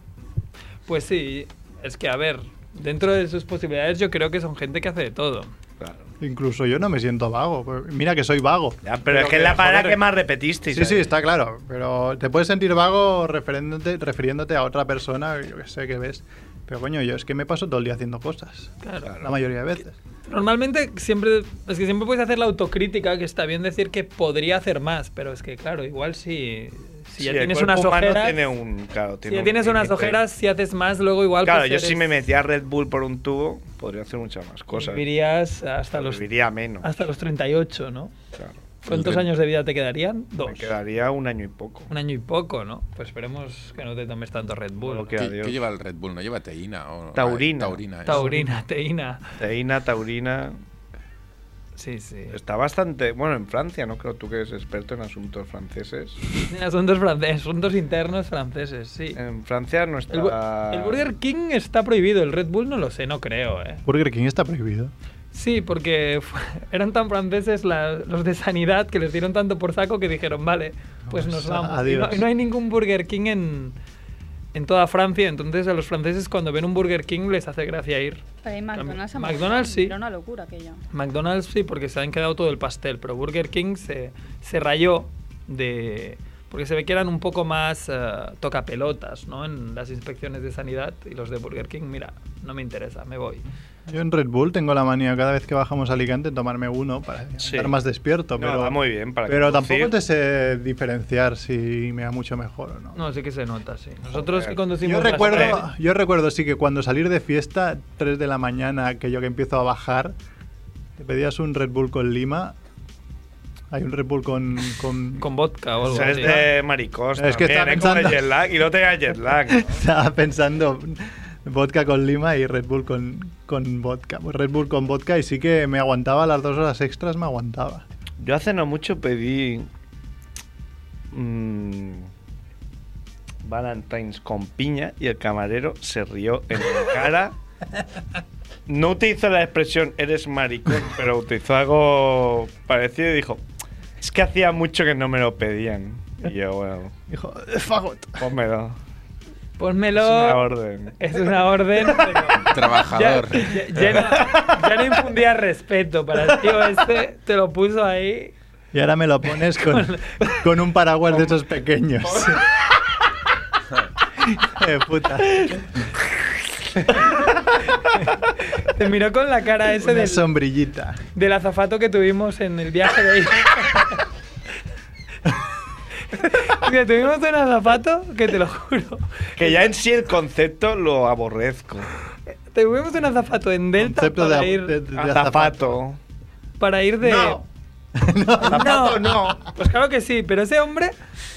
S2: Pues sí, es que a ver, dentro de sus posibilidades yo creo que son gente que hace de todo.
S1: Claro.
S6: Incluso yo no me siento vago. pues, Mira que soy vago.
S1: pero, es que es la palabra que más repetisteis.
S6: Sí, sí,
S1: ahí.
S6: está claro. Pero te puedes sentir vago refiriéndote, refiriéndote a otra persona, yo que sé, que ves. Pero coño, yo es que me paso todo el día haciendo cosas.
S2: Claro.
S6: La mayoría de veces.
S2: Normalmente siempre, es que siempre puedes hacer la autocrítica, que está bien decir que podría hacer más, pero es que claro, igual si, si ya
S1: Sí, el
S2: tienes
S1: cuerpo
S2: unas
S1: humano
S2: ojeras...
S1: Tiene un, claro,
S2: Si
S1: tiene
S2: ya
S1: un
S2: tienes unas
S1: límite.
S2: ojeras, si haces más, luego igual...
S1: Claro,
S2: pues
S1: yo si
S2: eres-
S1: me metía Red Bull por un tubo, podría hacer muchas más cosas.
S2: Vivirías hasta los,
S1: Viviría menos.
S2: hasta los 38, ¿no?
S1: claro.
S2: ¿Cuántos
S5: tre-
S2: años de vida te quedarían? Dos.
S1: Me quedaría un año y poco.
S2: Un año y poco, ¿no? Pues esperemos que no te tomes tanto Red Bull.
S1: Lo que-
S5: ¿Qué,
S1: Dios.
S5: qué lleva el Red Bull? ¿No lleva teína? O,
S1: Taurina.
S5: Taurina. eso.
S2: Taurina, teína.
S1: Teína, taurina.
S2: Sí, sí.
S1: Está bastante. Bueno, en Francia, ¿no? Creo tú que eres experto en asuntos franceses.
S2: Asuntos franceses, asuntos internos franceses, sí.
S1: En Francia no
S2: El, bu-
S1: está.
S2: el Burger King está prohibido, el Red Bull no lo sé, no creo, ¿eh?
S6: Burger King está prohibido.
S2: Sí, porque fu- [laughs] eran tan franceses la- los de sanidad que les dieron tanto por saco que dijeron, vale, pues
S6: Pues,
S2: nos vamos. Y no,
S6: adiós.
S2: y no hay ningún Burger King en, en toda Francia, entonces a los franceses cuando ven un Burger King les hace gracia ir.
S3: Pero hay McDonald's. a
S2: McDonald's,
S3: mogollón,
S2: sí.
S3: Era una locura aquello.
S2: McDonald's sí, porque se han quedado todo el pastel, pero Burger King se, se rayó de... Porque se ve que eran un poco más toca tocapelotas, ¿no? En las inspecciones de sanidad y los de Burger King, mira, no me interesa, me voy.
S6: Yo en Red Bull tengo la manía cada vez que bajamos a Alicante tomarme uno para estar
S1: Sí.
S6: más despierto.
S1: No,
S6: Pero,
S1: va muy bien para
S6: pero
S1: conducir.
S6: tampoco te sé diferenciar si me va mucho mejor o no.
S2: No, sí que se nota, sí. Nosotros que conducimos...
S6: Yo
S2: las
S6: recuerdo,
S2: tres-
S6: yo recuerdo, sí, que cuando salir de fiesta, 3 de la mañana, que yo que empiezo a bajar, te pedías un Red Bull con lima. Hay un Red Bull con...
S2: [laughs]
S6: con-
S2: Con vodka o
S1: O
S2: algo
S1: sea, es
S2: así.
S1: de maricón.
S6: Es que
S1: también,
S6: estaba
S1: ¿eh? Con el
S6: pensando-
S1: jet lag, y no tenga jet
S2: [laughs]
S1: lag. ¿no?
S6: Estaba pensando vodka con lima y Red Bull con, con vodka. Pues Red Bull con vodka y sí que me aguantaba las dos horas extras, me aguantaba.
S1: Yo hace no mucho pedí. mm, Valentine's con piña y el camarero se rió en mi cara. No utilizó la expresión eres maricón, pero utilizó algo parecido y dijo: Es que hacía mucho que no me lo pedían. Y yo, bueno,
S6: Dijo, fagot.
S1: pónmelo.
S2: Pónmelo...
S1: Es una orden.
S2: Pues Es una orden, pero- Ya,
S5: Trabajador.
S2: ya- ya no, ya no infundía respeto para el tío este, te lo puso ahí.
S6: Y ahora me lo
S2: [laughs]
S6: pones con, con un paraguas de esos pequeños. Eh, puta.
S2: Te miró con la cara ese
S6: Una
S2: del,
S6: sombrillita.
S2: del azafato que tuvimos en el viaje
S6: [laughs]
S2: de ahí. Que tuvimos un azafato que te lo juro.
S1: Que ya en sí el concepto lo aborrezco.
S2: Tuvimos un azafato en Delta
S6: Concepto
S2: para,
S6: de-
S2: ir,
S6: de- de-
S1: Azafato.
S2: para ir de.
S6: No. [laughs]
S2: No, no. Pues claro que sí, pero ese hombre,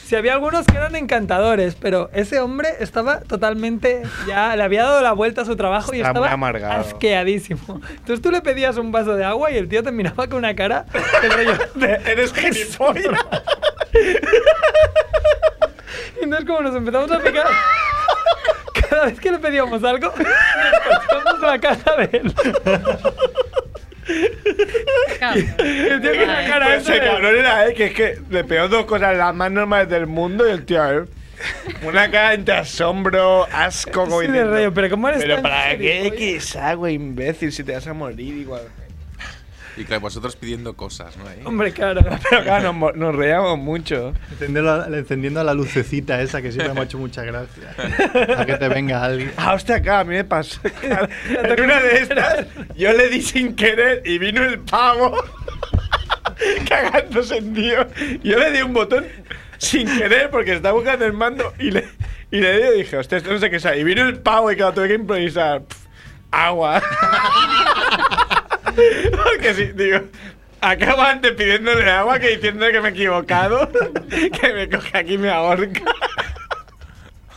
S2: si había algunos que eran encantadores, pero ese hombre estaba totalmente, ya le había dado la vuelta a su trabajo y
S1: Está muy
S2: estaba
S1: amargado.
S2: asqueadísimo. Entonces tú le pedías un vaso de agua y el tío te miraba con una cara del rollo de- [laughs]
S1: Eres gilipollas.
S2: Y entonces como nos empezamos a picar, [laughs] cada vez que le pedíamos algo, nos pasamos la cara de él. [laughs]
S3: Cabrón.
S2: El tío con una
S3: Ay.
S2: cara
S1: Pero
S2: esa
S1: ese
S2: de-
S1: cabrón era él, que es que le pegó dos cosas las más normales del mundo y el tío a él. Una cara entre asombro, asco, como
S2: Sí, de
S1: diciendo,
S2: rollo, pero ¿cómo eres
S1: Pero
S2: tan
S1: para qué
S2: gilipollas?"
S1: quieres agua, imbécil, si te vas a morir igual.
S5: Y claro, vosotros pidiendo cosas, ¿no? Ahí.
S2: Hombre, claro.
S1: Pero claro, nos, mo- nos reíamos mucho.
S6: Encendiendo la, encendiendo la lucecita esa que siempre me ha hecho mucha gracia. A que te venga alguien.
S1: Ah, hostia, acá a mí me pasó. [laughs] claro, En una de estas, yo le di sin querer y vino el pavo [laughs] cagándose en Dios. Yo le di un botón sin querer porque estaba buscando el mando y le, y le di y dije, hostia, esto no sé qué es. Y vino el pavo y claro, tuve que improvisar. Pf, agua. [laughs] porque sí, digo. Acabo antes pidiéndole agua que diciéndole que me he equivocado, [laughs] que me coge aquí y me ahorca.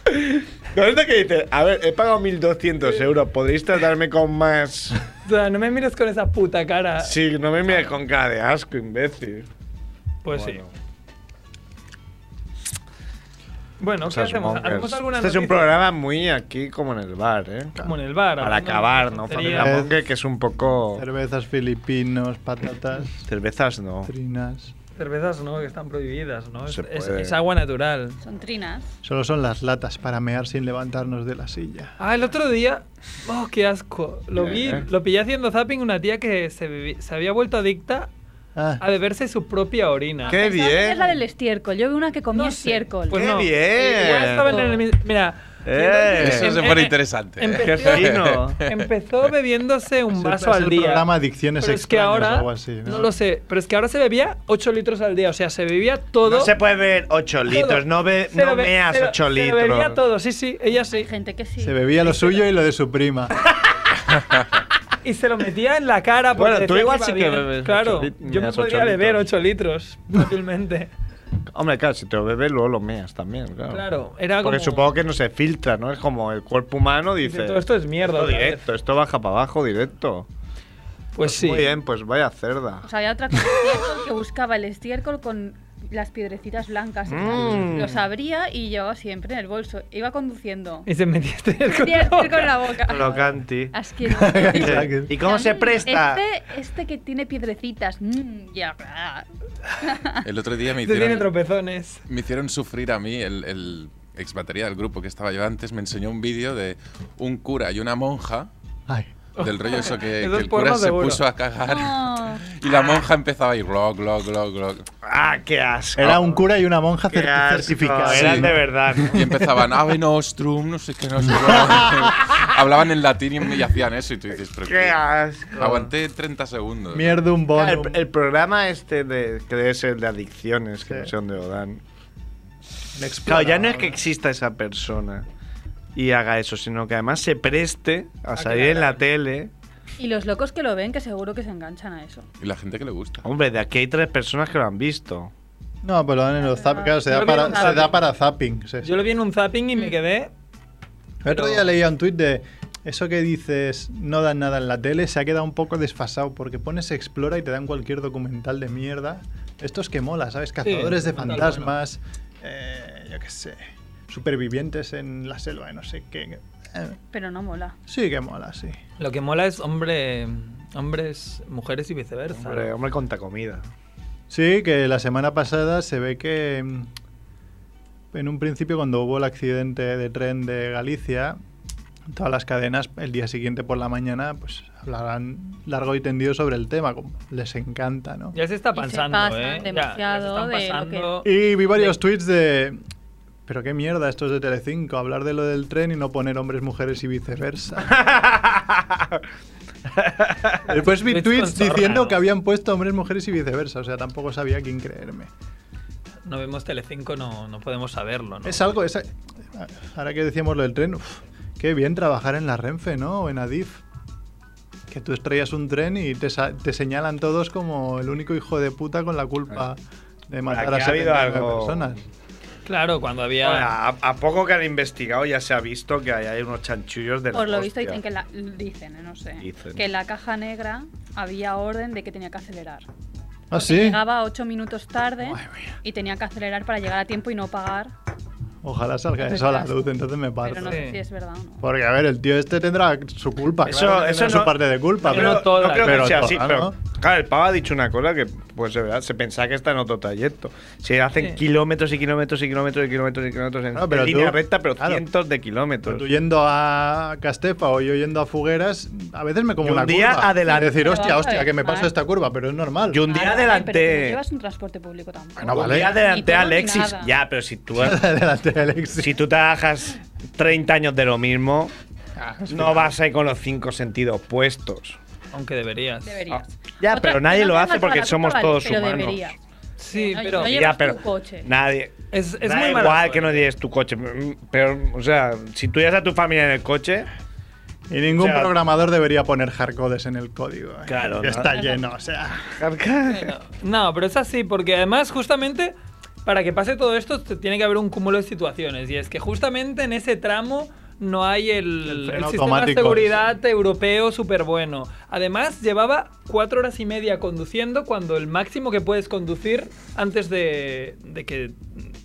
S1: Con esto que dices, a ver, he pagado 1.200 euros, ¿podréis tratarme con
S2: [laughs]
S1: más?
S2: O sea, no me mires con esa puta cara.
S1: Sí, no me mires con cara de asco, imbécil.
S2: Pues
S1: Bueno.
S2: sí. Bueno, ¿qué
S1: Esas
S2: hacemos?
S1: mongers.
S2: ¿Hacemos alguna
S1: este es un
S2: noticia?
S1: programa muy aquí como en el bar, ¿eh?
S2: Como en el bar.
S1: Para
S2: hablando de
S1: acabar, ¿no?
S2: tonterías.
S1: Familia Monger, que es un poco...
S6: Cervezas filipinos, patatas,
S1: Cervezas no.
S6: trinas.
S2: cervezas no, que están prohibidas, ¿no? Es,
S1: se
S2: es-
S1: puede.
S2: es agua natural.
S3: Son trinas.
S6: Solo son las latas para mear sin levantarnos de la silla.
S2: Ah, el otro día. Oh, qué asco. Lo vi,
S1: Eh.
S2: lo pillé haciendo zapping una tía que se, bebi- se había vuelto adicta a
S6: Ah,
S2: beberse su propia orina.
S1: ¡Qué
S3: Pensaba que
S1: bien!
S3: Es la del estiércol. Yo vi una que comía
S2: No sé.
S3: estiércol.
S2: Pues
S1: ¡Qué
S2: no.
S1: bien!
S2: Ya estaban en el mi- Mira.
S1: Eh.
S5: Eso
S2: em-
S5: se
S2: em-
S5: pone
S2: em-
S5: interesante.
S2: em-
S1: ¡Qué [laughs]
S2: empezó-
S1: fino!
S2: Empezó bebiéndose un
S6: Es el-
S2: vaso
S6: es el
S2: al día.
S6: programa Adicciones
S2: pero es que
S6: Extrañas o
S2: ahora,
S6: algo así, ¿no?
S2: ¿no? lo sé, pero es que ahora se bebía 8 litros al día, o sea, se bebía todo. [laughs]
S1: No se puede ver 8 litros, no, be,
S2: Se
S1: no
S2: lo be-
S1: meas
S2: se lo-
S1: 8
S2: Se lo bebía
S1: litros.
S2: todo, sí, sí, ella sí.
S3: Hay gente que sí.
S6: se bebía lo suyo y lo de su prima.
S2: Y se lo metía en la cara. porque
S1: Bueno, tú
S2: decía
S1: igual
S2: iba
S1: sí que
S2: bien.
S1: bebes
S2: Claro,
S1: ocho lit-
S2: yo me
S1: meas ocho
S2: podría beber
S1: litros. [laughs]
S2: 8 litros, fácilmente.
S1: Hombre, claro, si te lo bebes, luego lo meas también, claro.
S2: Claro, era
S1: Porque
S2: como-
S1: supongo que no se filtra, ¿no? Es como el cuerpo humano dice...
S2: Dice, todo esto es mierda
S1: Esto
S2: otra vez".
S1: directo, esto baja para abajo directo.
S2: Pues sí.
S1: Muy bien, pues vaya cerda.
S3: O sea, había otra con estiércol que buscaba el estiércol con las piedrecitas blancas. y tal.
S1: Mm.
S3: Los abría y llevaba siempre en el bolso.
S2: [laughs]
S3: Iba conduciendo.
S2: Y se metía este
S3: Estiércol con la boca.
S1: Crocanti.
S3: Asqueroso.
S6: Exacto.
S1: ¿Y [laughs] cómo se
S3: Mm,
S1: presta?
S3: Este, este que tiene piedrecitas. Mm,
S1: [laughs]
S3: ya.
S5: El otro día me
S2: Este tiene
S5: hicieron,
S2: tropezones.
S5: me hicieron sufrir a mí el, el ex batería del grupo que estaba yo antes. Me enseñó un vídeo de un cura y una monja.
S6: Ay.
S5: Del rollo eso que,
S2: Esos
S5: que el cura
S2: pornos
S5: se
S2: seguro.
S5: puso a cagar
S3: No.
S5: y la monja empezaba ahí, glock, glock, glock, glock.
S1: ¡Ah, qué asco!
S6: Era un cura y una monja
S1: Qué
S6: cer-
S1: asco,
S6: certificada.
S5: Sí.
S1: Eran de verdad.
S5: Y empezaban, Ave Nostrum, no sé qué, no sé qué. [laughs] Hablaban en latín y, y hacían eso. Y tú dices, pero
S1: ¡Qué
S5: qué?
S1: asco!
S5: Aguanté 30 segundos.
S6: Mierda un bono.
S1: El, el programa este de, que debe ser de adicciones, que
S6: Sí.
S1: no sé dónde lo dan. Claro, ya no es que exista esa persona y haga eso, sino que además se preste
S6: Ah,
S1: a salir en la tele.
S3: Y los locos que lo ven, que seguro que se enganchan a eso.
S5: Y la gente que le gusta.
S1: Hombre, de aquí hay tres personas que lo han visto.
S6: No, pero en los
S1: Ah.
S6: zap- claro, se
S2: Yo
S6: da,
S2: lo vi en
S6: para,
S2: un
S6: se
S2: zapping.
S6: da para zapping. sí, sí.
S2: Yo lo vi en un zapping
S3: Mm.
S2: y me quedé.
S6: El otro
S2: Pero-
S6: día leía un tuit de eso que dices no dan nada en la tele se ha quedado un poco desfasado porque pones explora y te dan cualquier documental de mierda. Esto es que mola, ¿sabes? Cazadores de
S2: documental
S6: fantasmas, eh, yo qué sé, supervivientes en la selva de no sé qué. Eh,
S3: Pero no mola.
S6: sí que mola, sí.
S2: Lo que mola es hombre, hombres, mujeres y viceversa.
S1: Hombre, hombre conta comida.
S6: Sí, que la semana pasada se ve que mm, en un principio cuando hubo el accidente de tren de Galicia, todas las cadenas el día siguiente por la mañana pues hablarán largo y tendido sobre el tema, como les encanta, ¿no?
S2: Ya se está
S3: Y se
S2: pensando,
S3: pasan
S2: ¿eh? Ya,
S3: demasiado
S2: ya,
S3: de
S2: se
S3: lo
S2: están pasando.
S6: Y vi varios tweets de pero qué mierda estos de Telecinco, hablar de lo del tren y no poner hombres, mujeres
S2: [laughs]
S6: y viceversa. Después vi
S2: Tweets
S6: tweets
S2: con zorra,
S6: diciendo
S2: ¿no?
S6: que habían puesto hombres, mujeres y viceversa, o sea, tampoco sabía a quién creerme.
S2: No vemos Telecinco, no, no podemos saberlo, ¿no?
S6: Es algo, es- ahora que decíamos lo del tren, uf, qué bien trabajar en la Renfe, ¿no? O en Adif. Que tú estrellas un tren y te, sa- te señalan todos como el único hijo de puta con la culpa de matar
S1: Aquí
S6: a
S1: ha habido
S6: 79
S1: algo.
S6: personas.
S3: Ah,
S2: Claro, cuando había...
S1: Ahora, a, a poco que han investigado ya se ha visto que hay, hay unos chanchullos de la
S3: Por lo visto
S1: hostia.
S3: dicen que la, dicen, eh, no sé,
S1: Dicen.
S3: que en la caja negra había orden de que tenía que acelerar.
S6: ¿Ah,
S3: Porque
S6: sí?
S3: Llegaba ocho minutos tarde y tenía que acelerar para llegar a tiempo y no pagar.
S6: Ojalá salga eso a la luz, entonces me parto.
S3: Pero no
S2: Sí.
S3: sé si es verdad o no.
S6: Porque, a ver, el tío este tendrá su culpa.
S1: Eso-
S6: claro que
S1: eso
S6: tendrá
S1: no-
S6: su parte de culpa.
S2: no
S6: pero
S2: creo- todas,
S1: no creo
S6: pero
S1: que sea así,
S6: todas,
S1: pero,
S6: ¿no?
S1: claro, el pavo ha dicho una cosa que, pues de verdad, se pensaba que está en otro trayecto. Se hacen
S2: Sí.
S1: kilómetros y kilómetros y kilómetros y kilómetros y kilómetros en,
S6: No, pero
S1: en línea
S6: tú-
S1: recta, pero
S6: claro.
S1: cientos de kilómetros.
S6: Pero tú yendo a Castefa o yo yendo a Fugueras, a veces me como
S1: Y un
S6: una
S1: día
S6: curva.
S1: adelante.
S6: Y decir,
S3: Pero
S6: hostia,
S3: vamos a
S6: hostia,
S3: ver,
S6: que me
S3: Mar.
S6: paso esta curva, pero es normal.
S1: Y
S6: [laughs]
S1: un día
S3: Ah, vale,
S1: adelante.
S3: Pero tú no llevas un transporte público tampoco.
S6: Bueno,
S1: Un día
S6: vale.
S3: Ni
S1: adelante,
S3: todo ni
S1: Alexis.
S3: nada.
S1: Ya, pero si
S2: [laughs]
S1: tú,
S6: Adelante,
S1: [laughs]
S6: Alexis.
S1: si tú trabajas 30 años de lo mismo,
S2: Ah,
S1: no vas ahí con los cinco sentidos puestos.
S2: Aunque deberías.
S3: Deberías.
S1: Ah, Ya,
S3: O sea,
S1: pero
S3: que
S1: nadie
S3: no
S1: lo
S3: tengas
S1: hace porque
S3: mala
S1: somos
S3: culpa,
S1: todos
S3: vale, pero
S1: humanos.
S3: deberías.
S2: Sí,
S3: No,
S2: pero
S3: no
S1: ya,
S3: llevas
S1: pero
S3: tu coche.
S1: nadie.
S2: es, es
S1: da
S2: muy mala
S1: igual
S2: suerte.
S1: que no lleves tu coche. mm, Pero, o sea, si tú llevas a tu familia en el coche,
S6: Y ningún
S1: O sea-
S6: programador debería poner hardcodes en el código. ¿eh?
S1: Claro,
S6: Que
S1: ¿no?
S6: Está lleno, o sea.
S2: No, pero es así, porque además justamente para que pase todo esto te- tiene que haber un cúmulo de situaciones. Y es que justamente en ese tramo no hay el,
S6: El freno
S2: el sistema de
S6: automático.
S2: seguridad europeo súper bueno. Además, llevaba cuatro horas y media conduciendo cuando el máximo que puedes conducir antes de, de que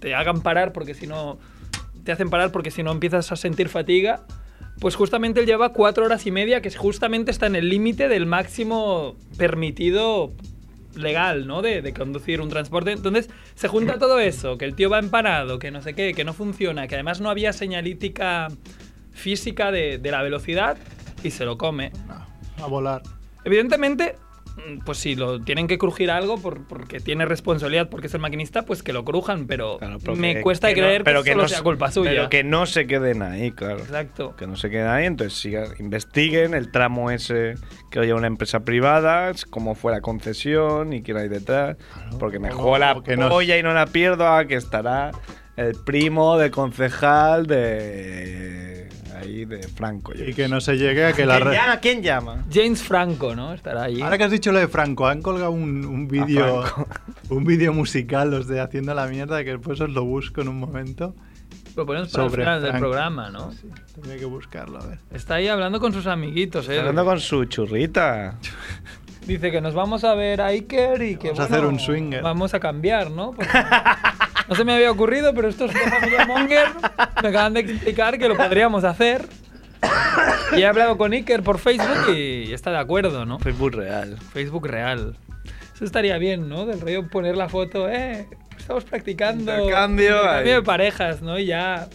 S2: te hagan parar, porque si no te hacen parar porque si no empiezas a sentir fatiga. Pues justamente él lleva cuatro horas y media, que justamente está en el límite del máximo permitido legal, ¿no? De, de conducir un transporte. Entonces se junta todo eso, que el tío va empanado, que no sé qué, que no funciona, que además no había señalítica física de, de la velocidad y se lo come.
S6: A volar.
S2: Evidentemente, mm, pues si lo tienen que crujir algo por- porque tiene responsabilidad, porque es el maquinista, pues que lo crujan, pero
S1: Claro, pero
S2: me
S1: que-
S2: cuesta
S1: que no-
S2: creer que,
S1: pero
S2: solo
S1: no
S2: sea
S1: se-
S2: culpa suya.
S1: Pero que no se queden ahí, claro.
S2: Exacto.
S1: Que no se queden ahí, entonces sigan, investiguen el tramo ese que lo lleva una empresa privada, es cómo fue la concesión y quién hay detrás. porque me
S6: o-
S1: juego la
S6: o que no-
S1: polla y no la pierdo a que estará el primo del concejal de. ahí de Franco. yo
S6: Y
S1: qué
S6: que
S1: sé.
S6: no se llegue a que la
S1: ¿Quién
S6: red.
S1: llama? ¿Quién llama?
S2: James Franco, ¿no? Estará allí.
S6: Ahora que has dicho lo de Franco, han colgado un, un vídeo
S1: Franco.
S6: [laughs] un vídeo musical los de Haciendo la Mierda, que después os lo busco en un momento.
S2: Lo ponemos para el
S6: Sobre
S2: final del
S6: Franco.
S2: programa, ¿no?
S6: Sí, tendría que buscarlo, a ver.
S2: Está ahí hablando con sus amiguitos, ¿eh?
S1: Hablando con su churrita.
S2: Dice que nos vamos a ver a Iker y que
S6: Vamos a
S2: bueno,
S6: hacer un swinger.
S2: Vamos a cambiar, ¿no? Porque no se me había ocurrido, pero estos de familia Monger me acaban de explicar que lo podríamos hacer. Y he hablado con Iker por Facebook y está de acuerdo, ¿no?
S1: Facebook real.
S2: Facebook real. Eso estaría bien, ¿no? Del rollo poner la foto, eh, estamos practicando.
S1: Intercambio,
S2: intercambio
S1: ahí.
S2: de parejas, ¿no? Y ya.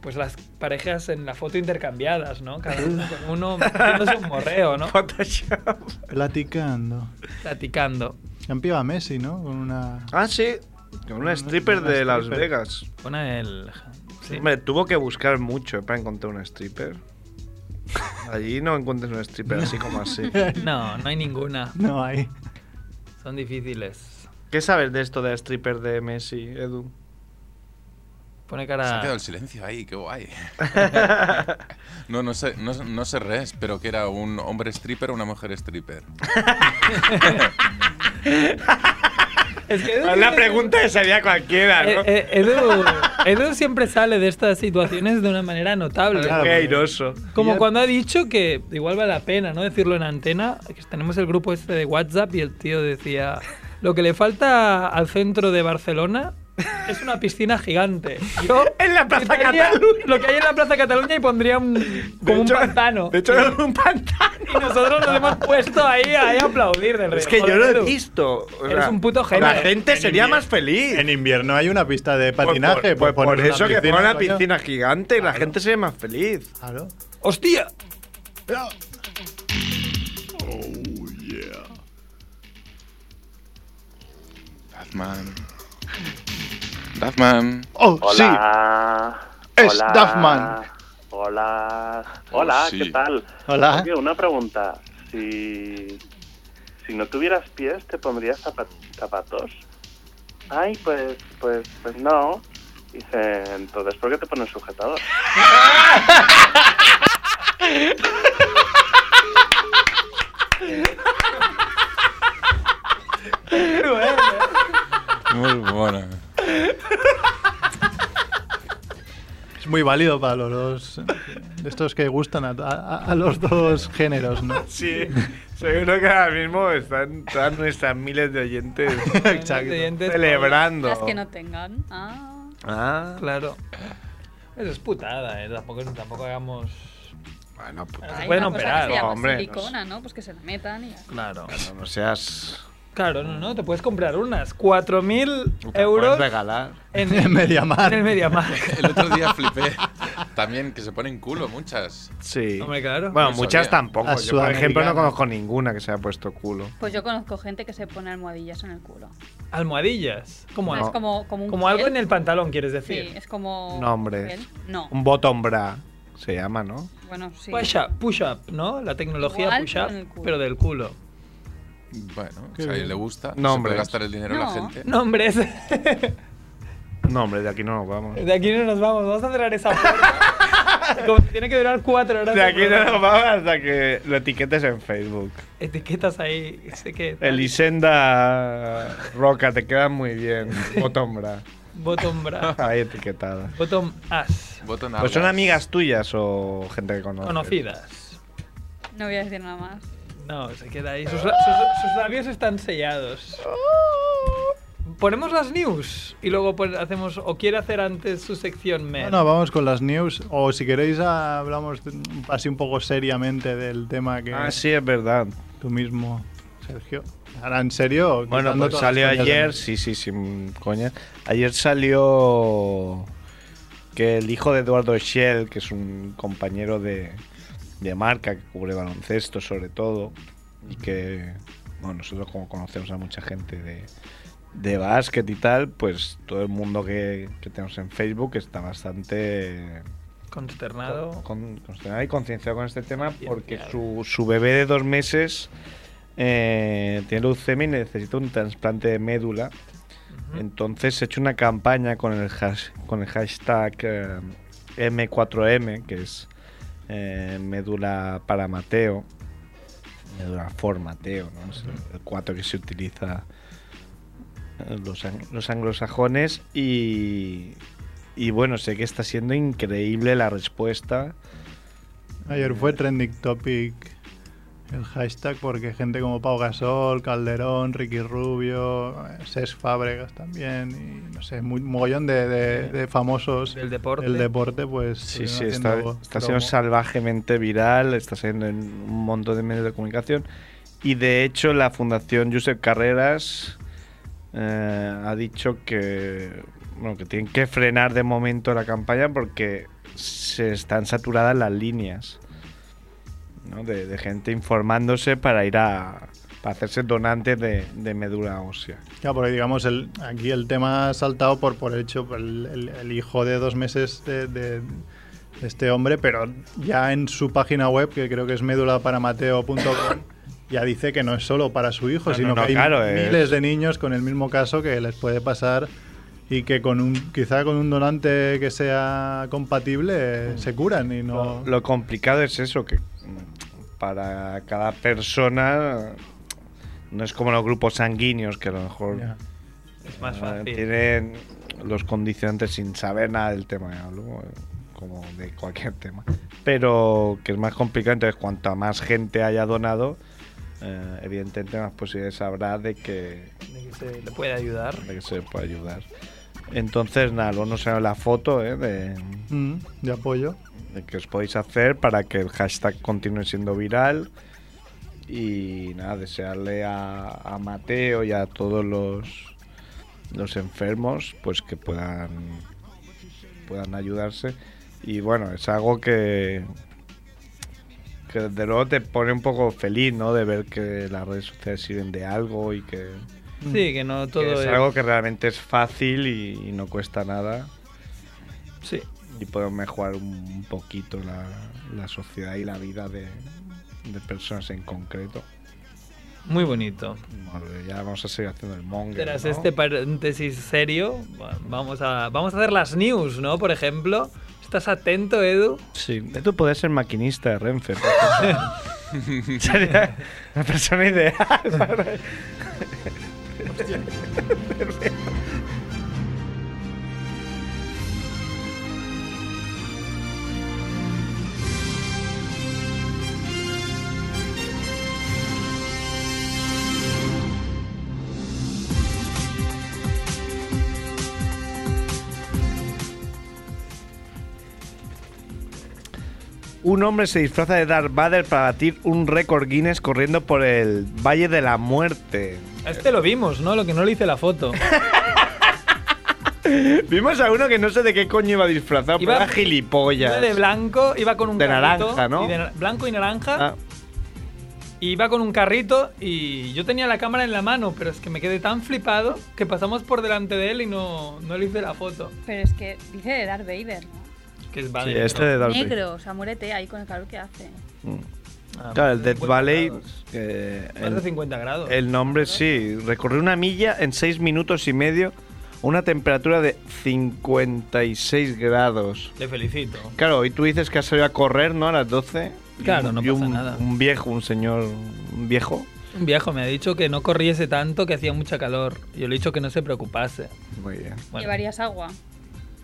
S2: Pues las parejas en la foto intercambiadas, ¿no? Cada uno con uno haciéndose un morreo,
S1: [laughs]
S2: ¿no?
S1: Photoshop.
S6: Platicando.
S2: Platicando.
S6: Han pillado a Messi, ¿no? Con una.
S1: Ah, sí. Con una stripper
S6: Una
S1: de Las
S6: stripper.
S1: Vegas.
S2: Pon el. Sí.
S1: Hombre, tuvo que buscar mucho para encontrar un stripper. Allí no encuentras un stripper así como así.
S2: No, no hay ninguna.
S6: No hay.
S2: Son difíciles.
S1: ¿Qué sabes de esto de stripper de Messi, [laughs] Edu?
S2: Pone
S5: Se ha
S2: cara.
S5: quedado el silencio ahí, qué guay. No, no sé, no, no sé res, pero que era un hombre stripper o una mujer stripper.
S2: Es que Edu
S1: La
S2: tiene-
S1: pregunta que sabía cualquiera,
S2: Eh,
S1: ¿no?
S2: eh, Edu, Edu siempre sale de estas situaciones de una manera notable.
S6: Claro,
S1: Qué
S6: porque-
S1: airoso.
S2: Como
S6: Ya-
S2: cuando ha dicho que igual vale la pena, ¿no? Decirlo en antena. que tenemos el grupo este de WhatsApp y el tío decía, lo que le falta al centro de Barcelona es una piscina gigante. Yo
S1: [laughs] En la Plaza
S2: quitaría
S1: Cataluña.
S2: Lo que hay en la Plaza Cataluña y pondría un,
S1: De
S2: como un
S1: hecho-
S2: pantano.
S1: De hecho, era un pantano.
S2: Y nosotros nos hemos puesto ahí, ahí a aplaudir del rey.
S1: Es que yo
S2: Joder,
S1: lo he
S2: Edu.
S1: visto. O
S2: Eres un puto genio.
S1: La gente
S6: En
S1: sería
S6: invierno-
S1: más feliz.
S6: En invierno hay una pista de
S1: Pues por-
S6: patinaje.
S1: Pues, por,
S6: poner una
S1: eso que pone una
S6: coño.
S1: piscina gigante y la gente sería más feliz.
S6: Claro.
S2: ¡Hostia!
S5: Batman. Batman.
S6: Oh,
S8: Hola.
S6: Es
S8: Hola.
S6: Duffman.
S8: Hola. Hola,
S5: Oh, sí.
S8: ¿qué tal?
S6: sí. Hola.
S8: Oye, una pregunta. Si, si no tuvieras pies, ¿te pondrías zapa- zapatos? Ay, pues, pues, pues no. Dice, entonces, ¿por qué te pones sujetador?
S5: Muy buena.
S6: Es muy válido para los dos. De estos que gustan a, a- a los dos géneros, [laughs] ¿no?
S1: Sí, seguro que ahora mismo están todas nuestras miles de oyentes
S6: Exacto.
S2: Oyentes,
S1: celebrando.
S3: Las que no tengan. Ah.
S1: Ah,
S2: Claro. Eso es putada, ¿eh? Tampoco, tampoco hagamos...
S1: bueno, puta.
S3: Hay
S2: pueden
S3: una cosa
S2: operar,
S3: que se llama
S1: hombre,
S3: silicona, ¿no? Pues que se la metan y ya.
S2: Claro.
S1: No seas.
S2: Claro, no, no, te puedes comprar unas. 4.000
S1: Puedes
S2: euros
S1: regalar. [laughs]
S2: en,
S6: En Mediamar.
S2: en el Mediamar.
S5: El otro día flipé. También que se ponen culo muchas.
S1: Sí.
S2: Hombre, claro.
S1: Bueno,
S5: No
S1: muchas
S5: sabía.
S1: tampoco.
S6: Las
S1: Yo, por ejemplo, no
S6: sudamericanas.
S1: conozco ninguna que se haya puesto culo.
S3: Pues yo conozco gente que se pone almohadillas en el culo.
S2: Almohadillas. Como,
S3: Es
S2: algo-
S3: como, como, un
S2: como algo
S3: gel.
S2: en el pantalón, quieres
S3: Sí,
S2: decir.
S3: es como.
S1: No, hombre.
S3: gel. No.
S1: Un bottom bra se llama, ¿no?
S3: Bueno, sí.
S1: Pues
S2: Push up, push up, ¿no? La tecnología
S3: Igual,
S2: push
S3: pero
S2: up,
S3: en el culo.
S2: pero del culo.
S5: Bueno,
S6: Qué
S5: si a alguien
S6: bien.
S5: le gusta,
S1: No,
S5: se
S1: hombre.
S5: puede gastar el dinero de la
S3: No.
S5: gente.
S2: No, hombre, es- [laughs]
S1: No, hombre, de aquí no nos vamos.
S2: de aquí no nos vamos. Vamos a cerrar esa puerta. como tiene que durar cuatro horas.
S1: De aquí no
S2: programa.
S1: nos vamos hasta que lo etiquetes en Facebook.
S2: Etiquetas ahí, sé que...
S1: Elisenda Roca, te queda muy bien. Bottom bra.
S2: Bottom bra.
S1: Ahí etiquetada.
S2: Bottom ass.
S5: Botón
S1: Pues son
S5: alas.
S1: amigas tuyas o gente que conoces.
S2: Conocidas.
S3: No voy a decir nada más.
S2: No, se queda ahí. Sus, sus- sus labios están sellados. Ponemos las news y luego pues, hacemos o quiere hacer antes su sección
S6: No,
S2: men.
S6: no, vamos con las news. O si queréis, ah, hablamos de- así un poco seriamente del tema que
S1: Ah, sí, es Ah, verdad.
S6: tú mismo. Sergio. Ahora, en serio.
S1: Bueno,
S6: quitando
S1: pues
S6: todas
S1: salió
S6: las coñas de-
S1: ayer, sí, sí, sin coña. Ayer salió que el hijo de Eduardo Schell, que es un compañero de, de marca que cubre baloncesto sobre todo, y que bueno, nosotros como conocemos a mucha gente de, de básquet y tal, pues todo el mundo que, que tenemos en Facebook está bastante
S2: Consternado.
S1: con- consternado y concienciado con este tema porque
S2: Concienciado.
S1: su, su bebé de dos meses eh, tiene leucemia y necesita un trasplante de médula.
S2: Ujú.
S1: Entonces se ha hecho una campaña con el, hash- con el hashtag eh, M4M, que es eh, médula para Mateo, médula for Mateo, ¿no? Es el- el 4 que se utiliza eh, los, ang- los anglosajones y, y bueno, sé que está siendo increíble la respuesta.
S6: Ayer fue trending topic el hashtag porque gente como Pau Gasol, Calderón, Ricky Rubio, eh, Cesc Fábregas también y no sé, muy, mogollón de, de- de famosos
S2: Del deporte.
S6: El deporte pues
S1: Sí, sí,
S6: estuvieron
S1: está,
S6: haciendo
S1: está
S6: promo.
S1: siendo salvajemente viral, está siendo en un montón de medios de comunicación. Y de hecho, la Fundación Josep Carreras eh, ha dicho que, bueno, que tienen que frenar de momento la campaña porque se están saturadas las líneas ¿no? de, de gente informándose para ir a para hacerse donante de, de médula ósea.
S6: Claro, porque digamos, el, aquí el tema ha saltado por, por hecho por el, el- el hijo de dos meses de, de- de este hombre, pero ya en su página web, que creo que es médulaparamateo.com, ya dice que no es solo para su hijo,
S1: Ah, No,
S6: sino
S1: no, no,
S6: que hay
S1: claro, es-
S6: miles de niños con el mismo caso que les puede pasar y que con un quizá con un donante que sea compatible eh, se curan y no...
S1: Lo complicado es eso, que mm, para cada persona no es como los grupos sanguíneos que a lo mejor
S6: Ya.
S2: Es más
S1: eh,
S2: fácil.
S1: tienen los condicionantes sin saber nada del tema, ya hablo, eh, como de cualquier tema. Pero que es más complicado, entonces cuanta más gente haya donado, eh, evidentemente más posibilidades habrá de que,
S2: De que se le puede ayudar.
S1: de que se pueda ayudar. Entonces, nada, luego nos sale la foto eh, de,
S6: Mm, de apoyo.
S1: de que os podéis hacer para que el hashtag continúe siendo viral. Y nada, desearle a, a Mateo y a todos los, los enfermos pues que puedan, puedan ayudarse. Y bueno, es algo que, que desde luego te pone un poco feliz, ¿no? De ver que las redes sociales sirven de algo y que,
S2: Sí, que no todo
S1: que es
S2: es.
S1: algo que realmente es fácil y- y no cuesta nada
S2: Sí.
S1: y podemos mejorar un poquito la, la sociedad y la vida de, de personas en concreto.
S2: Muy bonito.
S1: Vale, ya vamos a seguir haciendo el monger.
S2: Tras
S1: ¿no?
S2: este paréntesis serio, va- vamos a, vamos a hacer las news, ¿no? Por ejemplo, ¿estás atento, Edu?
S1: Sí, tú podrías ser maquinista de Renfe. por [laughs] ejemplo. Sería la persona ideal. para- Un hombre se disfraza de Darth Vader para batir un récord Guinness corriendo por el Valle de la Muerte.
S2: A Este lo vimos, ¿no? Lo que no le hice
S1: [laughs]
S2: la foto.
S1: Vimos a uno que no sé de qué coño iba disfrazado, pero era gilipollas.
S2: Iba de blanco, iba con un
S1: De
S2: carrito.
S1: naranja, ¿no?
S2: y de na- blanco y naranja.
S1: Ah,
S2: Y iba con un carrito y yo tenía la cámara en la mano, pero es que me quedé tan flipado que pasamos por delante de él y no, no le hice la foto.
S3: Pero es que dice de Darth Vader. ¿no?
S2: Que es
S1: sí,
S2: Vader.
S1: este de Darth Vader.
S3: Negro, o sea, muérete ahí con el calor que hace.
S2: Ah,
S1: Claro, el
S2: más de
S1: Death
S2: 50
S1: Valley.
S2: grados.
S1: eh,
S2: Más de
S1: el-
S2: 50 grados.
S1: El nombre sí, recorrió una milla en 6 minutos y medio a una temperatura de 56 grados.
S2: Le felicito.
S1: Claro, y tú dices que has salido a correr, ¿no? A las 12. Y
S2: Claro,
S1: un-
S2: no
S1: y
S2: pasa
S1: un-
S2: nada.
S1: Un viejo, un señor, un viejo.
S2: Un viejo me ha dicho que no corriese tanto, que hacía mucha calor. Yo le he dicho que no se preocupase.
S1: Muy bien.
S2: Bueno,
S3: Llevarías agua.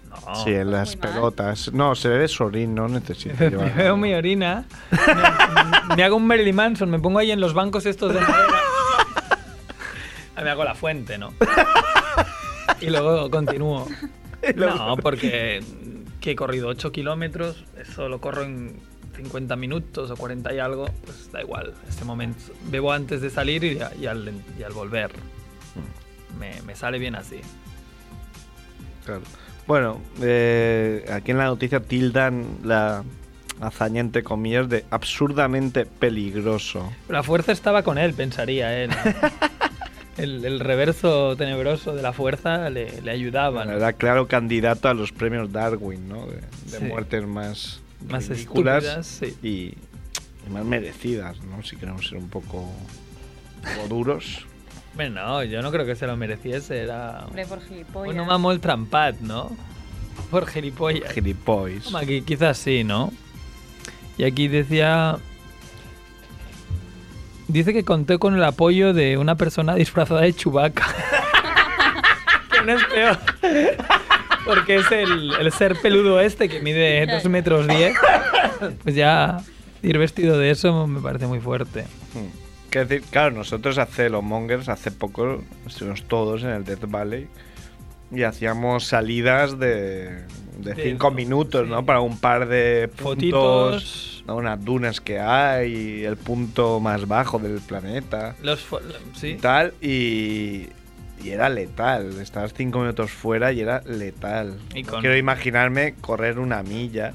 S2: no.
S1: sí, en las
S3: muy mal.
S1: pelotas. No, se debe sorín, no
S2: [laughs]
S1: necesita
S2: Me
S1: llevar.
S2: veo mi orina, me, me hago un Marilyn Manson, me pongo ahí en los bancos estos de madera. Me hago la fuente, ¿no? Y luego continúo. No, porque que he corrido 8 kilómetros, eso lo corro en 50 minutos o 40 y algo, pues da igual, este momento. Bebo antes de salir y, a- y al, y al volver. Me, me sale bien así.
S1: Claro. Bueno, eh, aquí en la noticia tildan la hazaña entre comillas de absurdamente peligroso.
S2: La fuerza estaba con él, pensaría él. El, el reverso tenebroso de la fuerza le, le ayudaba. ¿no?
S1: Era claro candidato a los premios Darwin, ¿no? De, de
S2: Sí.
S1: muertes más,
S2: Más
S1: ridículas
S2: estúpidas, sí.
S1: y, y más merecidas, ¿no? Si queremos ser un poco, un poco
S2: [laughs]
S1: duros.
S2: Bueno, no, yo no creo que se lo mereciese. Era
S3: Hombre, por gilipollas.
S2: un home molt trampat, no? Por gilipollas.
S1: Gilipois.
S2: Home, aquí quizás sí, ¿no? Y aquí decía... Dice que contó con el apoyo de una persona disfrazada de Chewbacca. [laughs] que no es peor. Porque es el, el ser peludo este que mide 2 metros 10. Pues ya ir vestido de eso me parece muy fuerte.
S1: Hmm. Quiero decir, claro, nosotros hace los mongers, hace poco estuvimos todos en el Death Valley y hacíamos salidas de, de
S2: De-
S1: cinco minutos, ¿no?
S2: sí.
S1: Para un par de puntos,
S2: Fotitos.
S1: ¿no? unas dunas que hay, el punto más bajo del planeta
S2: Los fo- sí.
S1: y tal, y, y era letal. Estabas cinco minutos fuera y era letal.
S2: Y
S1: No
S2: con-
S1: Quiero imaginarme correr una milla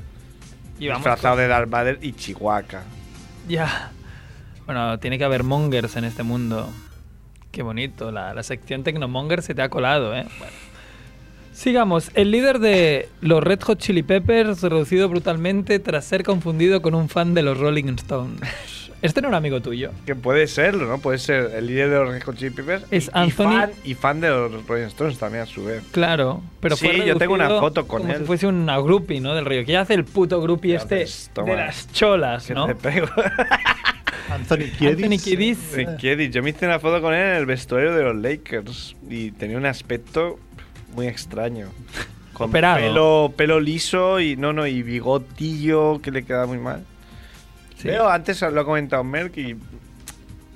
S2: Y vamos
S1: disfrazado de Darth Vader y Chihuahua.
S2: Ya. Bueno, tiene que haber mongers en este mundo. Qué bonito, la, la sección Tecnomonger se te ha colado, ¿eh? Bueno. Sigamos. El líder de los Red Hot Chili Peppers reducido brutalmente tras ser confundido con un fan de los Rolling
S1: [laughs]
S2: Stones. Este no era amigo tuyo.
S1: Que puede serlo, ¿no? Puede ser el líder de los Red Hot Chili Peppers
S2: Es
S1: y, y
S2: Anthony-
S1: fan, y fan de los Rolling Stones también a su vez.
S2: Claro, pero fue
S1: Sí, yo tengo una
S2: reducido
S1: foto con
S2: como
S1: él.
S2: si fuese una groupie, ¿no? Del río. ¿Qué hace el puto groupie
S1: ¿Qué
S2: este
S1: haces? Toma.
S2: de las cholas,
S1: Que
S2: no?
S1: te pego.
S6: Anthony Kiedis.
S2: Anthony Kiedis.
S1: Sí, Keddy. Yo me hice una foto con él en el vestuario de los Lakers y tenía un aspecto muy extraño. Con
S2: Operado.
S1: pelo, pelo liso y no, no, y bigotillo que le queda muy mal.
S2: Sí.
S1: Veo, antes lo ha comentado Merck y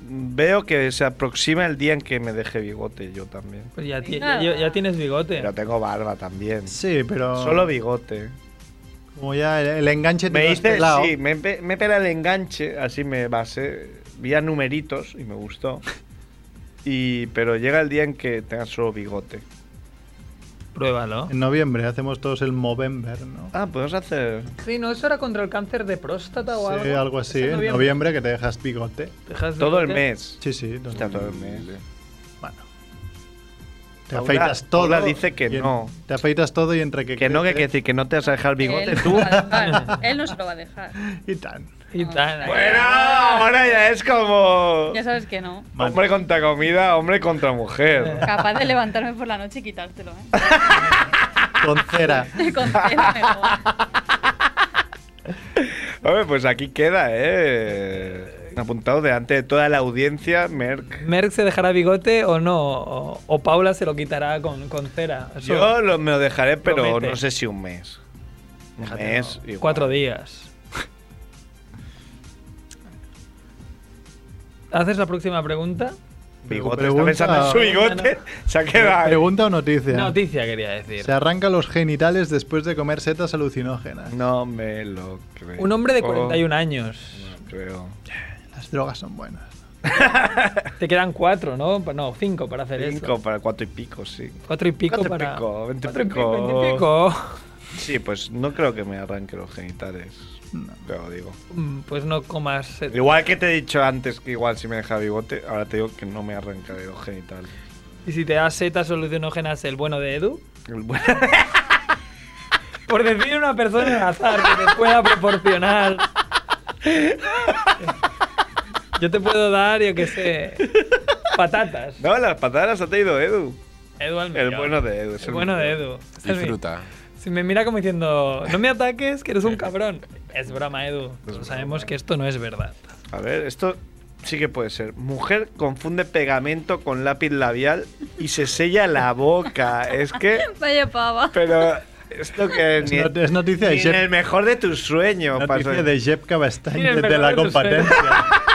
S1: veo que se aproxima el día en que me deje bigote yo también.
S2: Pues ya, ti- ya- ya tienes bigote.
S1: Pero tengo barba también.
S6: Sí, pero.
S1: Solo bigote.
S6: Como ya el, el enganche te lo
S1: Me
S6: has
S1: hice,
S6: pelado.
S1: sí, me, pe- me pela el enganche, así me basé, vía numeritos y me gustó. Y, pero llega el día en que tengas solo bigote.
S2: Pruébalo.
S6: En noviembre hacemos todos el Movember, ¿no?
S1: Ah, podemos hacer.
S2: Sí, ¿no? ¿Eso era contra el cáncer de próstata o algo?
S6: sí, algo así.
S2: ¿Es en
S6: En noviembre? que te dejas bigote.
S2: Dejas de
S1: Todo el
S2: bote.
S1: mes.
S6: Sí, sí. todo.
S1: Hostia, todo el mes.
S6: Bueno. Te
S1: Paula-
S6: afeitas todo.
S1: Paula dice que
S6: y en-
S1: no.
S6: Te afeitas todo y entre que.
S1: Que no, que,
S6: crece
S1: que decir que no te vas a dejar el bigote
S3: Él no
S1: tú.
S3: se lo va a dejar. Él no se lo va
S1: [laughs]
S3: a dejar.
S6: Y tan.
S2: Y tal.
S1: Bueno, ahora ya es como.
S3: Ya sabes que no.
S1: Hombre contra comida, hombre contra mujer.
S3: Capaz de levantarme por la noche y quitártelo, ¿eh? [laughs]
S6: Con cera.
S3: Con cera me lo hago.
S1: Hombre, pues aquí queda, eh. Apuntado delante de toda la audiencia, Merck.
S2: ¿Merck se dejará bigote o no? O, o Paula se lo quitará con, con cera. Eso-
S1: Yo lo- me lo dejaré, pero
S2: Promete.
S1: no sé si un mes. Un
S2: Déjate,
S1: mes.
S2: Ah, no.
S1: igual.
S2: Cuatro días. ¿Haces la próxima pregunta?
S1: [laughs] Bigote, está
S6: Pregunta-
S1: pensando en su bigote. [laughs] Se ha quedado.
S6: Pregunta o noticia.
S2: Noticia quería decir.
S6: Se arranca los genitales después de comer setas alucinógenas.
S1: No me lo creo. Oh,
S2: Un hombre de 41 años.
S1: No creo.
S6: Las drogas son buenas.
S2: Te quedan cuatro, ¿no? Pa- No, cinco para hacer
S1: Cinco
S2: eso.
S1: para cuatro y pico, sí.
S2: Cuatro y pico
S1: Cuatro y
S2: para.
S1: pico, veinte
S2: cuatro y
S1: pico.
S2: veinte pico.
S1: Sí, pues no creo que me arranque los genitales. Te lo digo.
S2: Mm, Pues no comas. set-
S1: Igual que te he dicho antes que igual si me deja bigote, ahora te digo que no me arrancaré los genitales. [laughs]
S2: Y si te das setas solucionógenas, el bueno de Edu.
S1: El buen-
S2: Por decir una persona al azar que te pueda proporcionar. Yo te puedo dar, yo qué sé, patatas.
S1: No, las patadas las ha traído Edu.
S2: Edu Almillón.
S1: El bueno de Edu. es
S2: El bueno de Edu. Es el-
S5: Disfruta.
S2: Si me mira como diciendo, no me ataques, que eres un cabrón. Es broma, Edu. Pero sabemos que esto no es verdad.
S1: A ver, esto sí que puede ser. Mujer confunde pegamento con lápiz labial y se sella la boca. Es que,
S3: Vaya pava.
S1: pero esto que
S6: Es,
S1: ni,
S6: not- es noticia de
S1: ni en el
S6: Jep.
S1: mejor de tus sueños pasó.
S6: Noticia de Jep
S2: Mira, el
S6: Cabestany de la
S2: mejor de tus
S6: competencia.
S2: [laughs]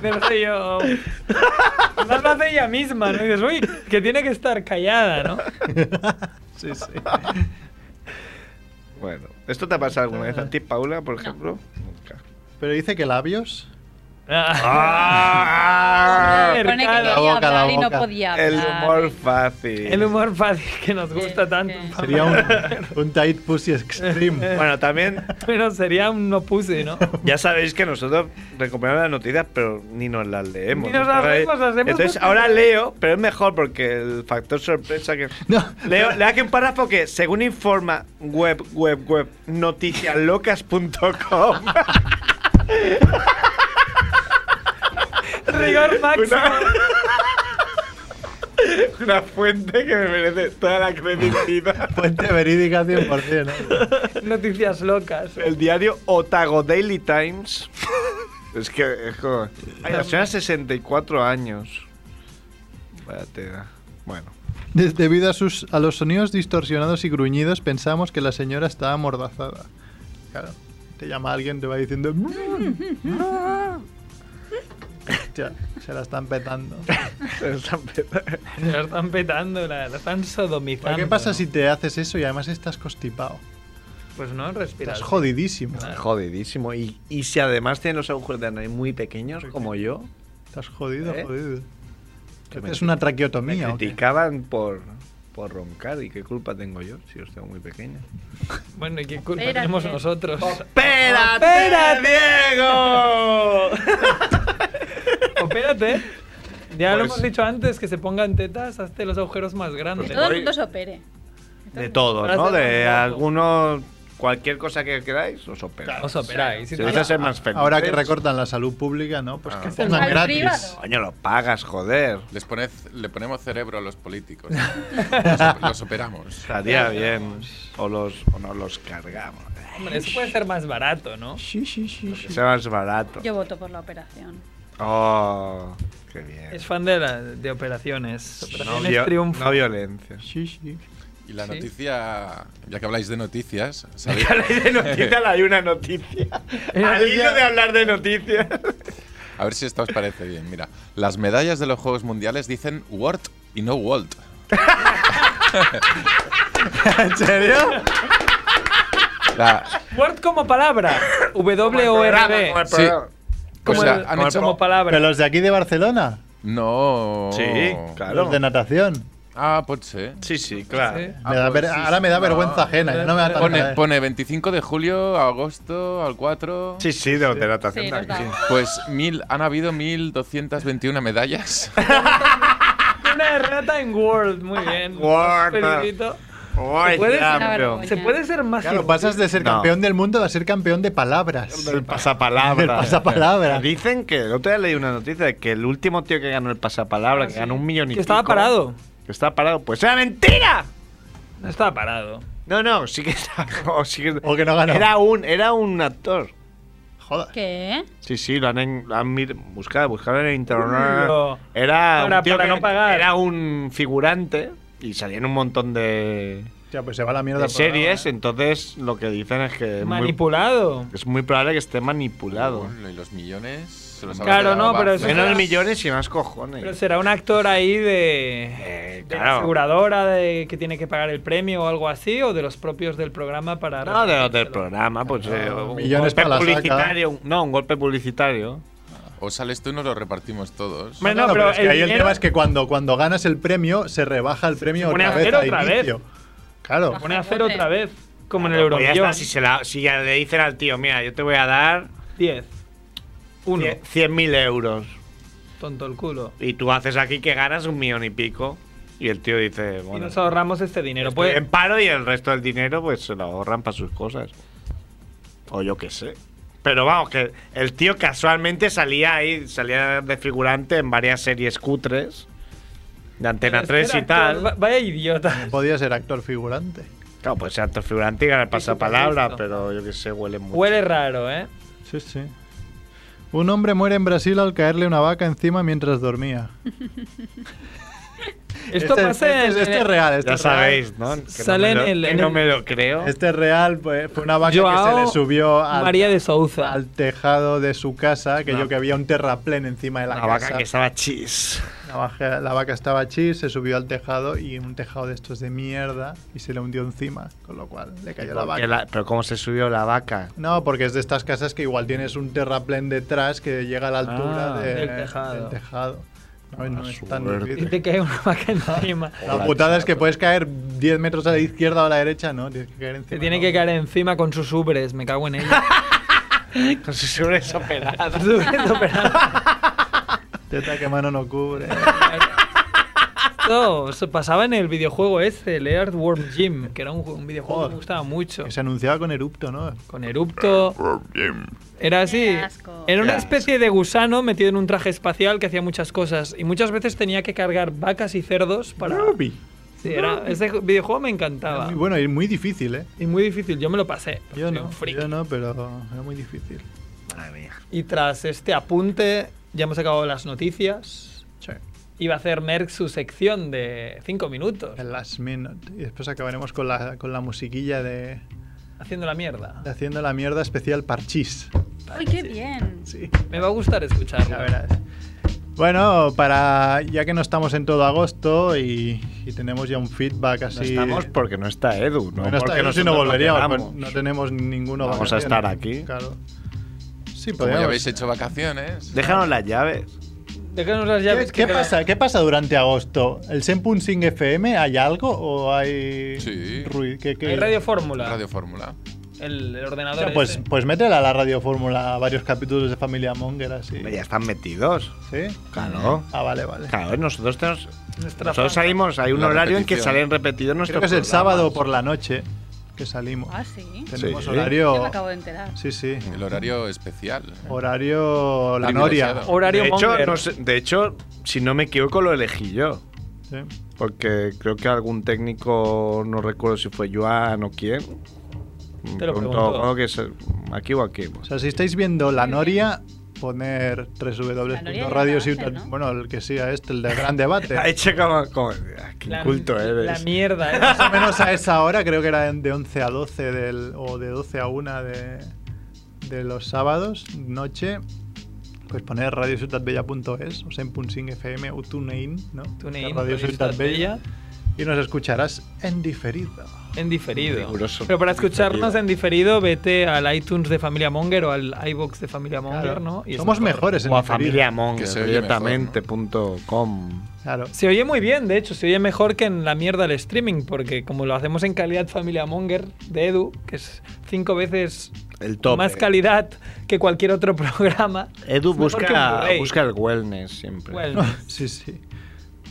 S2: Del rollo. Quizás lo hace ella misma, ¿no? Y dices, uy, que tiene que estar callada,
S1: [laughs]
S2: ¿no?
S6: [laughs] sí, sí.
S1: Bueno, ¿esto te ha pasado alguna vez a ti, Paula, por ejemplo?
S6: Pero dice que labios. Ah.
S3: Hombre, pone que
S2: Mercado.
S3: quería
S6: La boca, la
S3: hablar y no
S6: boca.
S3: podía hablar.
S1: El humor fácil.
S2: El humor fácil que nos gusta
S3: Sí,
S2: tanto.
S3: sí.
S2: Pablo.
S6: Sería un, un tight pussy
S1: [laughs]
S6: extreme.
S1: Bueno, también
S2: Pero sería un no puse, ¿no?
S1: ya sabéis que nosotros recopilamos las noticias, pero ni nos las leemos.
S2: Ni nos las leemos, las leemos
S1: Entonces,
S2: porque-
S1: ahora leo, pero es mejor porque el factor sorpresa
S2: [laughs]
S1: que.
S6: No.
S1: Leo, leo aquí un párrafo que, según informa web, web, web, noticialocas.com,
S2: Rigor máximo.
S1: [laughs] una fuente que me merece toda la credibilidad.
S6: Fuente verídica 100%. ¿no?
S2: Noticias locas.
S1: El diario Otago Daily
S2: [laughs]
S1: Times. Es que es como. Ay, la señora 64 años. Vaya tela. Bueno. [laughs]
S6: De- Debido a, sus, a los sonidos distorsionados y gruñidos, pensamos que la señora estaba amordazada. Claro, te llama alguien, te va diciendo. "Mm, Hostia, se la están petando.
S2: La están petando, la, la están
S6: Pero,
S2: sodomizando.
S6: ¿Qué pasa si te haces eso y además estás constipado?
S2: Pues no, respiras.
S6: Estás jodidísimo.
S1: Jodidísimo. Y, y si además tienen los agujeros de la nariz muy pequeños, como yo,
S6: Estás jodido,
S1: ¿Eh?
S6: jodido.
S1: Que me
S6: Es una
S1: me
S6: traqueotomía. ¿o qué?
S1: criticaban por, por roncar. ¿Y qué culpa tengo yo si los tengo muy pequeños?
S2: Bueno, ¿y qué culpa
S3: Espérate.
S2: tenemos nosotros?
S1: Oh. ¡Espérate, Diego!
S2: Opérate. Ya lo
S1: Pues-
S2: hemos dicho antes, que se pongan tetas, hazte los agujeros más
S3: Que
S2: grandes.
S3: todo el mundo se opere.
S1: De todo, ¿no? De alguno. Cualquier cosa que queráis, los opera.
S2: Os operáis.
S1: Si vais a ser más feliz.
S6: Ahora que recortan la salud pública, ¿no? Pues que
S5: Ah.
S6: pongan
S3: Al
S6: gratis.
S3: privado.
S1: Coño, lo pagas, joder.
S5: Les pone- le ponemos cerebro a los políticos. los, los operamos.
S1: Estaría bien. O, los, o nos los cargamos.
S2: Hombre, eso puede ser más barato, ¿no?
S1: Que sea más barato.
S3: Yo voto por la operación.
S1: Oh, qué bien.
S2: Es fan de, la- de operaciones.
S1: No,
S2: Operaciones
S1: vio-
S2: triunfo.
S1: no violencia.
S6: Sí, sí.
S5: Y la
S2: Sí.
S5: noticia, ya que habláis de noticias, ¿sabéis?
S1: de noticias hay una noticia.
S2: [laughs]
S1: Al hilo de hablar de noticias.
S5: a ver si esto os parece bien. Mira, las medallas de los Juegos Mundiales dicen Word y no Walt.
S1: ¿En serio?
S5: La-
S2: Word como palabra. W-O-R-D.
S5: sí. O
S2: Como,
S5: sea,
S2: el-
S5: han hecho-
S2: como palabra.
S6: Pero los de aquí de Barcelona,
S5: No.
S1: Sí, claro.
S6: los de natación.
S5: Ah, potser.
S1: Sí, sí, claro.
S2: Sí.
S5: Ah,
S6: Me da
S5: pues
S6: ver-
S5: sí,
S6: ahora
S5: sí,
S6: me da
S5: no.
S6: vergüenza ajena, ya no me da tanta
S5: Pone,
S6: vergüenza.
S5: pone 25 de julio, a agosto, al 4.
S1: Sí, sí, de, de natación
S3: Sí,
S1: también,
S3: nos
S1: sí.
S3: da.
S5: Pues mil, han habido
S1: [laughs]
S5: 1221 medallas.
S2: Una errata en Word. Muy bien.
S1: Word.
S2: Felicito.
S1: Ay,
S2: puede
S1: ya,
S3: ser?
S1: pero-
S2: Se puede ser más.
S6: Claro, pues pasas de ser
S1: No.
S6: campeón del mundo a ser campeón de palabras.
S1: Del pasapalabra.
S6: [laughs] Del pasapalabra.
S1: Dicen que, el otro día leí una noticia de que el último tío que ganó el pasapalabra, que ganó un millón y
S2: Que estaba
S1: pico,
S2: parado.
S1: Que estaba parado. Pues era mentira.
S2: No estaba parado.
S1: No, no, sí que estaba. [laughs] o sí que-
S6: O que no ganó.
S1: Era un, era un actor.
S6: Joder.
S3: ¿Qué?
S1: Sí, sí, lo han, en- lo han mir- buscado, buscado en internet.
S2: Pero-
S1: Era
S2: para-
S1: un tío
S2: para
S1: que no-
S2: no pagar.
S1: era un figurante y salían un montón de,
S6: Hostia, pues se va la
S1: de
S6: mierda. el programa,
S1: series,
S6: ¿eh?
S1: entonces lo que dicen es que es muy-
S2: Manipulado.
S1: es muy probable que esté manipulado.
S5: Bueno, y los millones. se los
S2: Claro,
S5: habrá
S2: no,
S5: quedado
S2: pero eso
S5: Barcelona.
S1: Menos
S2: será-
S1: millones y más cojones.
S2: Pero será un actor ahí de.
S1: Eh,
S2: de la
S1: claro.
S2: aseguradora de que tiene que pagar el premio o algo así, o de los propios del programa para.
S1: No, de los del
S2: repartírselo?
S1: programa, pues eh, un golpe
S6: Millones para la saca.
S1: publicitario. un- No, un golpe publicitario.
S5: O sales tú y nos lo repartimos todos.
S2: Hombre,
S6: No,
S2: no,
S6: no,
S2: pero
S6: pero es que
S2: el
S6: ahí el
S2: dinero-
S6: tema es que cuando, cuando ganas el premio, se rebaja el premio
S2: pone
S6: otra
S2: a
S6: vez.
S2: cero
S6: a
S2: otra
S6: inicio. Claro.
S2: Pone a hacer otra vez, como en el
S1: Pues ya está,
S2: Euromillón.
S1: si, se la- si ya le dicen al tío, mira, yo te voy a dar
S2: 10. Uno.
S1: 100.000 euros.
S2: Tonto el culo.
S1: Y tú haces aquí que ganas un millón y pico. Y el tío dice,
S2: Y
S1: bueno,
S2: nos ahorramos este dinero.
S1: estoy
S2: Pues,
S1: en paro y el resto del dinero pues se lo ahorran para sus cosas. O yo qué sé. Pero vamos, que el tío casualmente salía ahí, salía de figurante en varias series cutres. De Antena 3 y
S2: Espera,
S1: tal.
S2: va-
S1: [laughs]
S2: Vaya idiota.
S6: Podía ser actor figurante.
S1: Claro, pues sea actor figurante y gana el pasapalabra,
S2: supuesto.
S1: pero yo qué sé, huele mucho.
S2: Huele raro, ¿eh?
S6: Sí, sí. Un hombre muere en Brasil al caerle una vaca encima mientras dormía.
S2: Esto
S6: Este-
S2: pasa
S6: este,
S2: en-
S6: este es real. Este
S1: Ya
S6: es real.
S1: sabéis, ¿no? Que no
S2: Sale
S1: me
S2: en
S1: lo-
S2: el-
S1: que
S2: en
S1: no
S2: el-
S1: me lo creo.
S6: Este es real, pues, fue una vaca que se
S2: Joao
S6: le subió al,
S2: María de Souza.
S6: al tejado de su casa, que
S1: No.
S6: yo que había un terraplén encima de la
S1: Una
S6: casa.
S1: vaca que estaba chis.
S6: Una La vaca, la vaca estaba chis, se subió al tejado y un tejado de estos de mierda y se le hundió encima, con lo cual le cayó la vaca.
S1: Porque la- pero ¿cómo se subió la
S2: [laughs]
S1: vaca?
S6: No, porque es de estas casas que igual tienes un terraplén detrás que llega a la altura
S1: Ah,
S6: de-
S2: del tejado.
S6: del tejado. No, no
S1: Ah,
S6: es tan
S1: suerte.
S6: difícil.
S2: Y te cae una [laughs] vaca encima.
S6: La putada es que puedes caer 10 metros a la izquierda o a la derecha, ¿no? Tienes que caer encima.
S2: Te tiene
S6: ¿no?
S2: que caer encima con sus ubres, me cago en ella.
S1: No se subió esa pera.
S2: Sus ubres operadas.
S6: Teta que mano no
S2: [laughs]
S6: cubre.
S2: Esto se pasaba en el videojuego ese, el Earthworm Jim, que era un, ju- un videojuego que
S6: Joder.
S2: me gustaba mucho.
S6: Que se anunciaba con erupto, ¿no?
S2: Con erupto. Era así.
S3: Qué asco.
S2: Era una especie de gusano metido en un traje espacial que hacía muchas cosas. Y muchas veces tenía que cargar vacas y cerdos para. Sí, era, ese ju- videojuego me encantaba.
S6: Muy bueno y muy difícil, ¿eh?
S2: Y muy difícil, yo me lo pasé.
S6: Yo
S2: Soy
S6: no,
S2: Pues un friki.
S6: yo no, pero era muy difícil.
S2: Y tras este apunte, ya hemos acabado las noticias.
S6: Sí.
S2: Iba a hacer Merck su sección de 5 minutos,
S6: El last minute. Y después acabaremos con la, con la musiquilla de,
S2: haciendo la mierda.
S6: de Haciendo la Mierda especial Parchís.
S3: Uy, qué bien.
S6: Sí.
S2: Me va a gustar
S6: Ya
S2: escucharla.
S6: verás. Bueno, para ya que no estamos en todo agosto y, y tenemos ya un feedback
S1: No
S6: así.
S1: estamos porque no está Edu, no,
S6: No, no está-
S1: porque
S6: eso sí no
S1: nosotros
S6: volveríamos,
S1: queramos.
S6: pues no tenemos ninguno.
S1: Vamos a
S6: vacaciones.
S1: estar aquí.
S6: Claro. Sí,
S5: Como
S6: podríamos.
S5: ya habéis hecho vacaciones.
S1: Déjanos las llaves.
S2: Déjanos las
S6: ¿Qué,
S2: llaves.
S6: qué
S2: que-
S6: pasa, ¿Qué pasa durante agosto? ¿El Sing FM hay algo o hay
S5: Sí.
S6: ruido? ¿Qué- qué-
S2: Hay Radio Fórmula.
S5: Radio Fórmula.
S2: El, el
S6: O
S2: ordenador.
S6: sea, pues,
S3: eh.
S2: ese.
S6: pues métela a la Radio Fórmula varios capítulos de Familia Monger así.
S1: Hombre, Ya están metidos.
S6: ¿Sí?
S1: Claro.
S6: Ah, vale, vale.
S1: Claro, nosotros tenemos-
S2: Nuestra
S1: nosotros
S2: franja.
S1: salimos, hay un
S5: La
S1: horario en que
S5: repetición.
S1: salen repetidos
S6: Creo
S1: nuestros
S6: que es el
S1: programas.
S6: sábado por la noche que salimos.
S3: Ah, sí.
S6: Tenemos
S1: Sí.
S3: Yo
S6: horario.
S3: me acabo de enterar.
S6: Sí, sí.
S5: El horario especial.
S6: Horario La Noria.
S5: Privilegiado.
S2: Horario
S1: de hecho,
S2: Monger.
S1: no sé- de hecho, si no me equivoco, lo elegí yo.
S6: Sí.
S1: Porque creo que algún técnico, no recuerdo si fue Joan o quién, me
S2: Te lo
S1: preguntó,
S2: preguntó.
S1: "Oh, que es aquí o aquí.
S6: O sea, si estáis viendo La Noria, poner www.radiociutat.
S3: ¿no?
S6: Bueno, el que sea este, el del gran debate.
S1: [laughs] Ahí checaba como, "Ah, qué
S2: La-
S1: inculto
S2: La
S1: eres.
S6: [laughs]
S2: mierda,
S6: Más
S2: ¿eh?
S6: o menos a esa hora, creo que era de 11 a 12 del, o de 12 a 1 de, de los sábados, noche. Pues poner radiociutatbella.es o Senpunsing FM o TuneIn, ¿no?
S2: TuneIn,
S6: Radio
S2: Radio
S6: Ciutat
S2: Ciutat
S6: Bella. Y nos escucharás en diferido.
S2: En diferido.
S1: Riguroso.
S2: Pero para escucharnos
S1: Diferido.
S2: en diferido, vete al iTunes de Familia Monger o al iBox de Familia Monger,
S6: Claro.
S2: ¿no? Y es
S6: Somos
S2: mejor.
S6: mejores en
S1: O a
S6: diferido.
S1: familia
S5: Que
S1: Monger,
S5: se oye mejor,
S1: directamente, punto com.
S6: Claro. [laughs]
S2: Se oye muy bien, de hecho, se oye mejor que en la mierda del streaming, porque como lo hacemos en calidad Familia Monger de Edu, que es cinco veces
S1: El top.
S2: más calidad que cualquier otro [laughs] programa. pues,
S1: Edu
S2: es mejor que un
S1: busca,
S2: Blu-ray.
S1: busca el wellness siempre.
S2: Bueno,
S6: Sí, sí.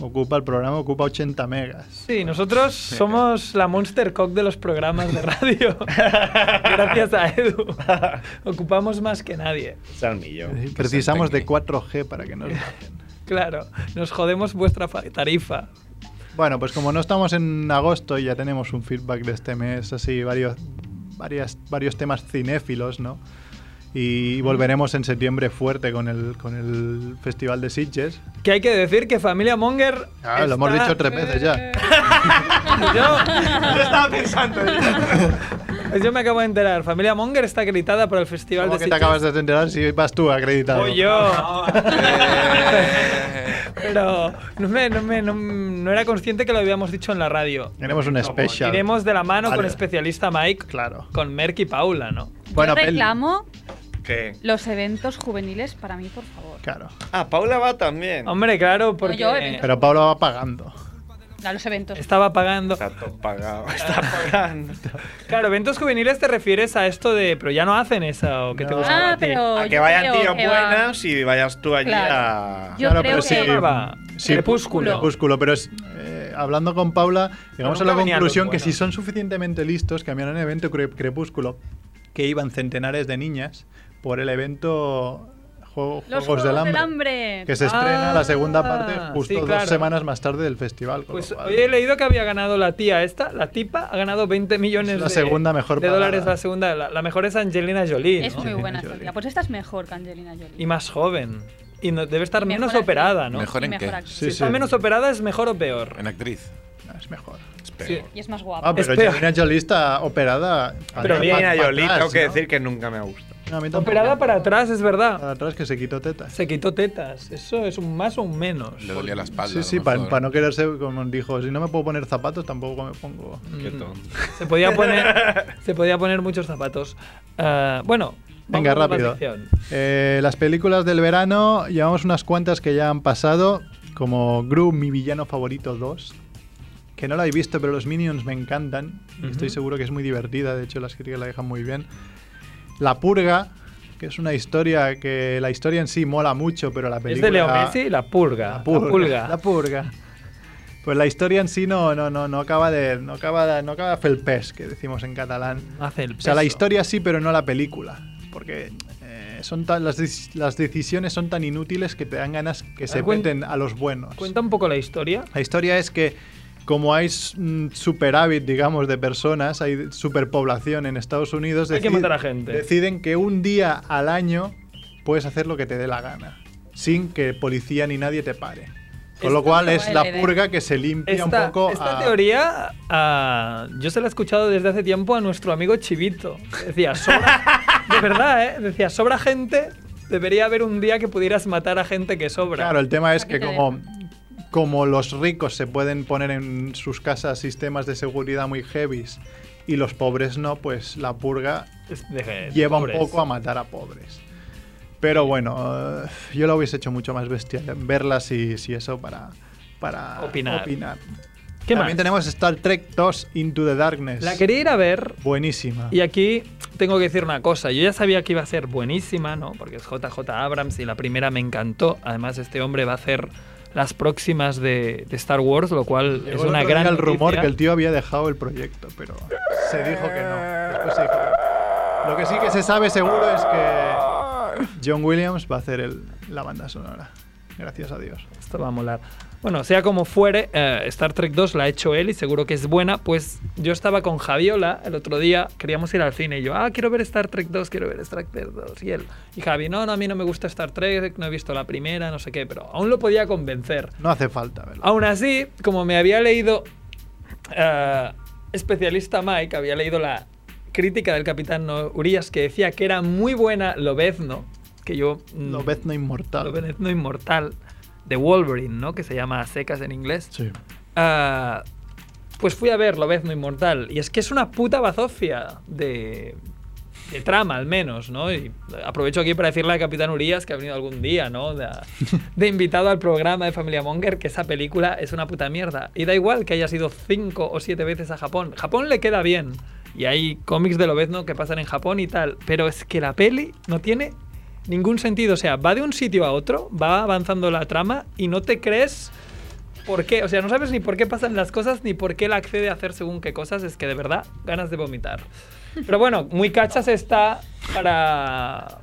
S6: Ocupa el programa, ocupa 80 megas.
S2: sí, nosotros somos la Monster Cock de los programas de
S6: [laughs]
S2: radio. Gracias a Edu. Ocupamos más que nadie.
S6: Eh, Precisamos de 4G
S2: [laughs]
S6: para que nos bajen.
S2: Claro, nos jodemos vuestra fa- tarifa.
S6: Bueno, pues como no estamos en agosto y ya tenemos un feedback de este mes, así varios, varias, varios temas cinéfilos, ¿no? Y volveremos en septiembre fuerte con el, con el Festival de Sitges.
S2: Que hay que decir que Familia Monger.
S6: Ah, lo hemos
S2: está-
S6: dicho tres veces [laughs] ya.
S2: [laughs] Yo-
S1: estaba pensando.
S2: Pues yo me acabo de enterar. Familia Monger está acreditada por el Festival
S6: ¿Cómo
S2: de
S6: que te
S2: Sitges.
S6: acabas de enterar si vas tú acreditado?
S2: O yo.
S5: Eh,
S2: [laughs] Pero no, me- no me- no- no era consciente que lo habíamos dicho en la radio.
S6: Tenemos un special.
S2: Iremos de la mano
S6: Vale.
S2: con especialista Mike,
S6: Claro.
S2: con Merck y Paula, ¿no?
S6: Bueno,
S3: Yo
S6: Pel-
S3: reclamo
S1: ¿Qué?
S3: los eventos juveniles para mí, por favor.
S6: Claro.
S1: Ah, Paula va también.
S2: Hombre, claro, porque
S3: yo, evidentemente.
S6: Pero Pablo va pagando.
S3: A los eventos.
S2: estaba pagando.
S1: Está todo pagado. [laughs] Está
S3: [laughs]
S1: pagando.
S2: Claro, eventos juveniles te refieres a esto de, pero ya no hacen esa o que te
S6: No.
S2: gusta.
S3: Ah,
S2: a ti?
S3: pero.
S1: a que
S3: yo
S1: vayan
S3: creo
S1: tíos
S3: que va-
S1: buenas y vayas tú allí
S3: Claro.
S1: a.
S3: Yo
S6: Claro,
S3: creo
S6: pero sí.
S2: ¿Qué
S3: que.
S2: llamaba?
S6: Sí.
S2: Crepúsculo.
S6: Crepúsculo, pero es, eh, hablando con Paula, llegamos
S2: nunca
S6: a la
S2: venían los
S6: conclusión que
S2: buenos.
S6: si son suficientemente listos, cambiaron el evento Cre- Crepúsculo, que iban centenares de niñas, por el evento Juego-
S3: Los
S6: Juegos del Hambre, que se estrena la segunda
S2: Ah,
S6: parte justo
S2: sí, claro.
S6: dos semanas más tarde del festival. con lo
S2: Pues
S6: cual-
S2: hoy he leído que había ganado la tía esta, la tipa, ha ganado 20 millones
S6: Es la
S2: de,
S6: segunda mejor
S2: de
S6: pagada.
S2: dólares. La segunda, la, la mejor es Angelina Jolie.
S3: Es
S2: ¿no?
S3: muy
S6: Angelina
S3: buena
S6: Jolie.
S3: esta tía. Pues esta es mejor que Angelina Jolie.
S2: Y más joven. Y no- debe estar
S3: Y
S2: menos
S3: mejor
S2: operada, ¿no?
S5: Mejor.
S3: Y
S5: en qué?
S3: actriz.
S2: Si
S6: Sí,
S2: está
S6: sí.
S2: menos operada, ¿es mejor o peor?
S5: en actriz.
S6: No, es mejor.
S5: Es
S2: Sí.
S5: peor.
S3: Y es más guapa.
S6: Ah, pero
S2: Espera.
S6: Angelina Jolie está operada.
S1: Pero
S6: pa-
S1: bien,
S6: pa-
S1: a
S6: pa
S1: Yoli,
S6: atrás,
S1: tengo que
S6: ¿no?
S1: decir que nunca me ha gustado.
S6: No, a mí tampoco.
S2: Operada para atrás, es verdad.
S6: Para atrás que se quitó teta.
S2: Se quitó tetas. Eso es un más o un menos.
S5: Le dolía la espalda.
S6: Sí, sí,
S5: para
S6: para no quererse, como dijo, si no me puedo poner zapatos, tampoco me pongo.
S2: Qué Mm.
S3: Mm.
S2: Se podía
S6: [laughs]
S2: poner, se podía poner muchos zapatos. Ah, bueno, vamos
S6: Venga,
S2: con la
S6: rápido.
S2: sección.
S6: Eh, las películas del verano, llevamos unas cuantas que ya han pasado, como Gru, mi villano favorito 2, que no la he visto, pero los Minions me encantan. y
S2: Ujú.
S6: Estoy seguro que es muy divertida, de hecho las críticas la dejan muy bien. La Purga, que es una historia que la historia en sí mola mucho, pero la
S2: Es
S6: película...
S2: de Leo Messi, La Purga. La Purga.
S6: La purga. Pues la historia en sí no, no, no, no acaba de. No acaba de, no acaba de felpés, que decimos en catalán.
S2: Hace el
S6: O sea, la
S2: peso.
S6: historia sí, pero no la película. Porque eh, son tan, las, dec- las decisiones son tan inútiles que te dan ganas que se
S2: cuen-
S6: venden a los buenos.
S2: Ah, Cuenta un poco la historia.
S6: La historia es que como hay s- mm, superávit, digamos, de personas, hay superpoblación en Estados Unidos,
S2: Hay que
S6: decid-
S2: matar a gente.
S6: deciden que un día al año puedes hacer lo que te dé la gana, sin que policía ni nadie te pare. Con lo
S2: Esta-
S6: cual es la
S3: Vale,
S6: purga que se limpia
S2: Esta,
S6: un poco.
S2: esta
S6: a-
S2: teoría ah, yo se la he escuchado desde hace tiempo a nuestro amigo Chivito. Decía, sobra, de verdad, ¿eh? Decía, sobra gente, debería haber un día que pudieras matar a gente que sobra.
S6: Claro, el tema es
S3: Aquí
S6: que
S3: te
S6: como, como los ricos se pueden poner en sus casas sistemas de seguridad muy heavies y los pobres no, pues la purga
S2: Es de gente,
S6: lleva un
S2: pobres.
S6: poco a matar a pobres. Pero bueno, eh, yo lo hubiese hecho mucho más bestial, verla si, si eso para, para
S2: Opinar. ¿Qué
S6: También
S2: más?
S6: tenemos Star Trek 2 Into the Darkness.
S2: La quería ir a ver
S6: Buenísima.
S2: Y aquí tengo que decir una cosa, yo ya sabía que iba a ser buenísima, ¿no? Porque es JJ Abrams y la primera me encantó. Además, este hombre va a hacer las próximas de, de Star Wars, lo cual
S6: Llegó
S2: es
S6: el
S2: una
S6: otro día
S2: gran
S6: el rumor
S2: noticia.
S6: que el tío había dejado el proyecto, pero se dijo que no. Después se dijo que no. Lo que sí que se sabe seguro es que John Williams va a hacer el- la banda sonora. Gracias a Dios.
S2: Esto va a molar. Bueno, sea como fuere, eh, Star Trek 2 la ha hecho él y seguro que es buena. Pues yo estaba con Javiola el otro día, queríamos ir al cine y yo, ah, quiero ver Star Trek 2, quiero ver Star Trek 2. Y él, y Javi, no, no, a mí no me gusta Star Trek, no he visto la primera, no sé qué, pero aún lo podía convencer.
S6: No hace falta, ¿verdad?
S2: Aún así, como me había leído eh, especialista Mike, había leído la crítica del capitán No- Urias que decía que era muy buena Lobezno, que yo... mm,
S6: Lobezno inmortal.
S2: Lobezno Inmortal, de Wolverine, ¿no? Que se llama a secas en inglés.
S6: Sí.
S2: Ah, pues fui a ver Lobezno Inmortal. Y es que es una puta bazofia de, de trama, al menos, ¿no? Y aprovecho aquí para decirle a Capitán Urias que ha venido algún día, ¿no? De, de invitado al programa de Familia Monger, que esa película es una puta mierda. Y da igual que hayas ido cinco o siete veces a Japón. Japón le queda bien. Y hay cómics de Lobezno que pasan en Japón y tal. Pero es que la peli no tiene ningún sentido. O sea, va de un sitio a otro, va avanzando la trama y no te crees por qué. O sea, no sabes ni por qué pasan las cosas ni por qué él accede a hacer según qué cosas. Es que de verdad, ganas de vomitar. Pero bueno, muy cachas está para.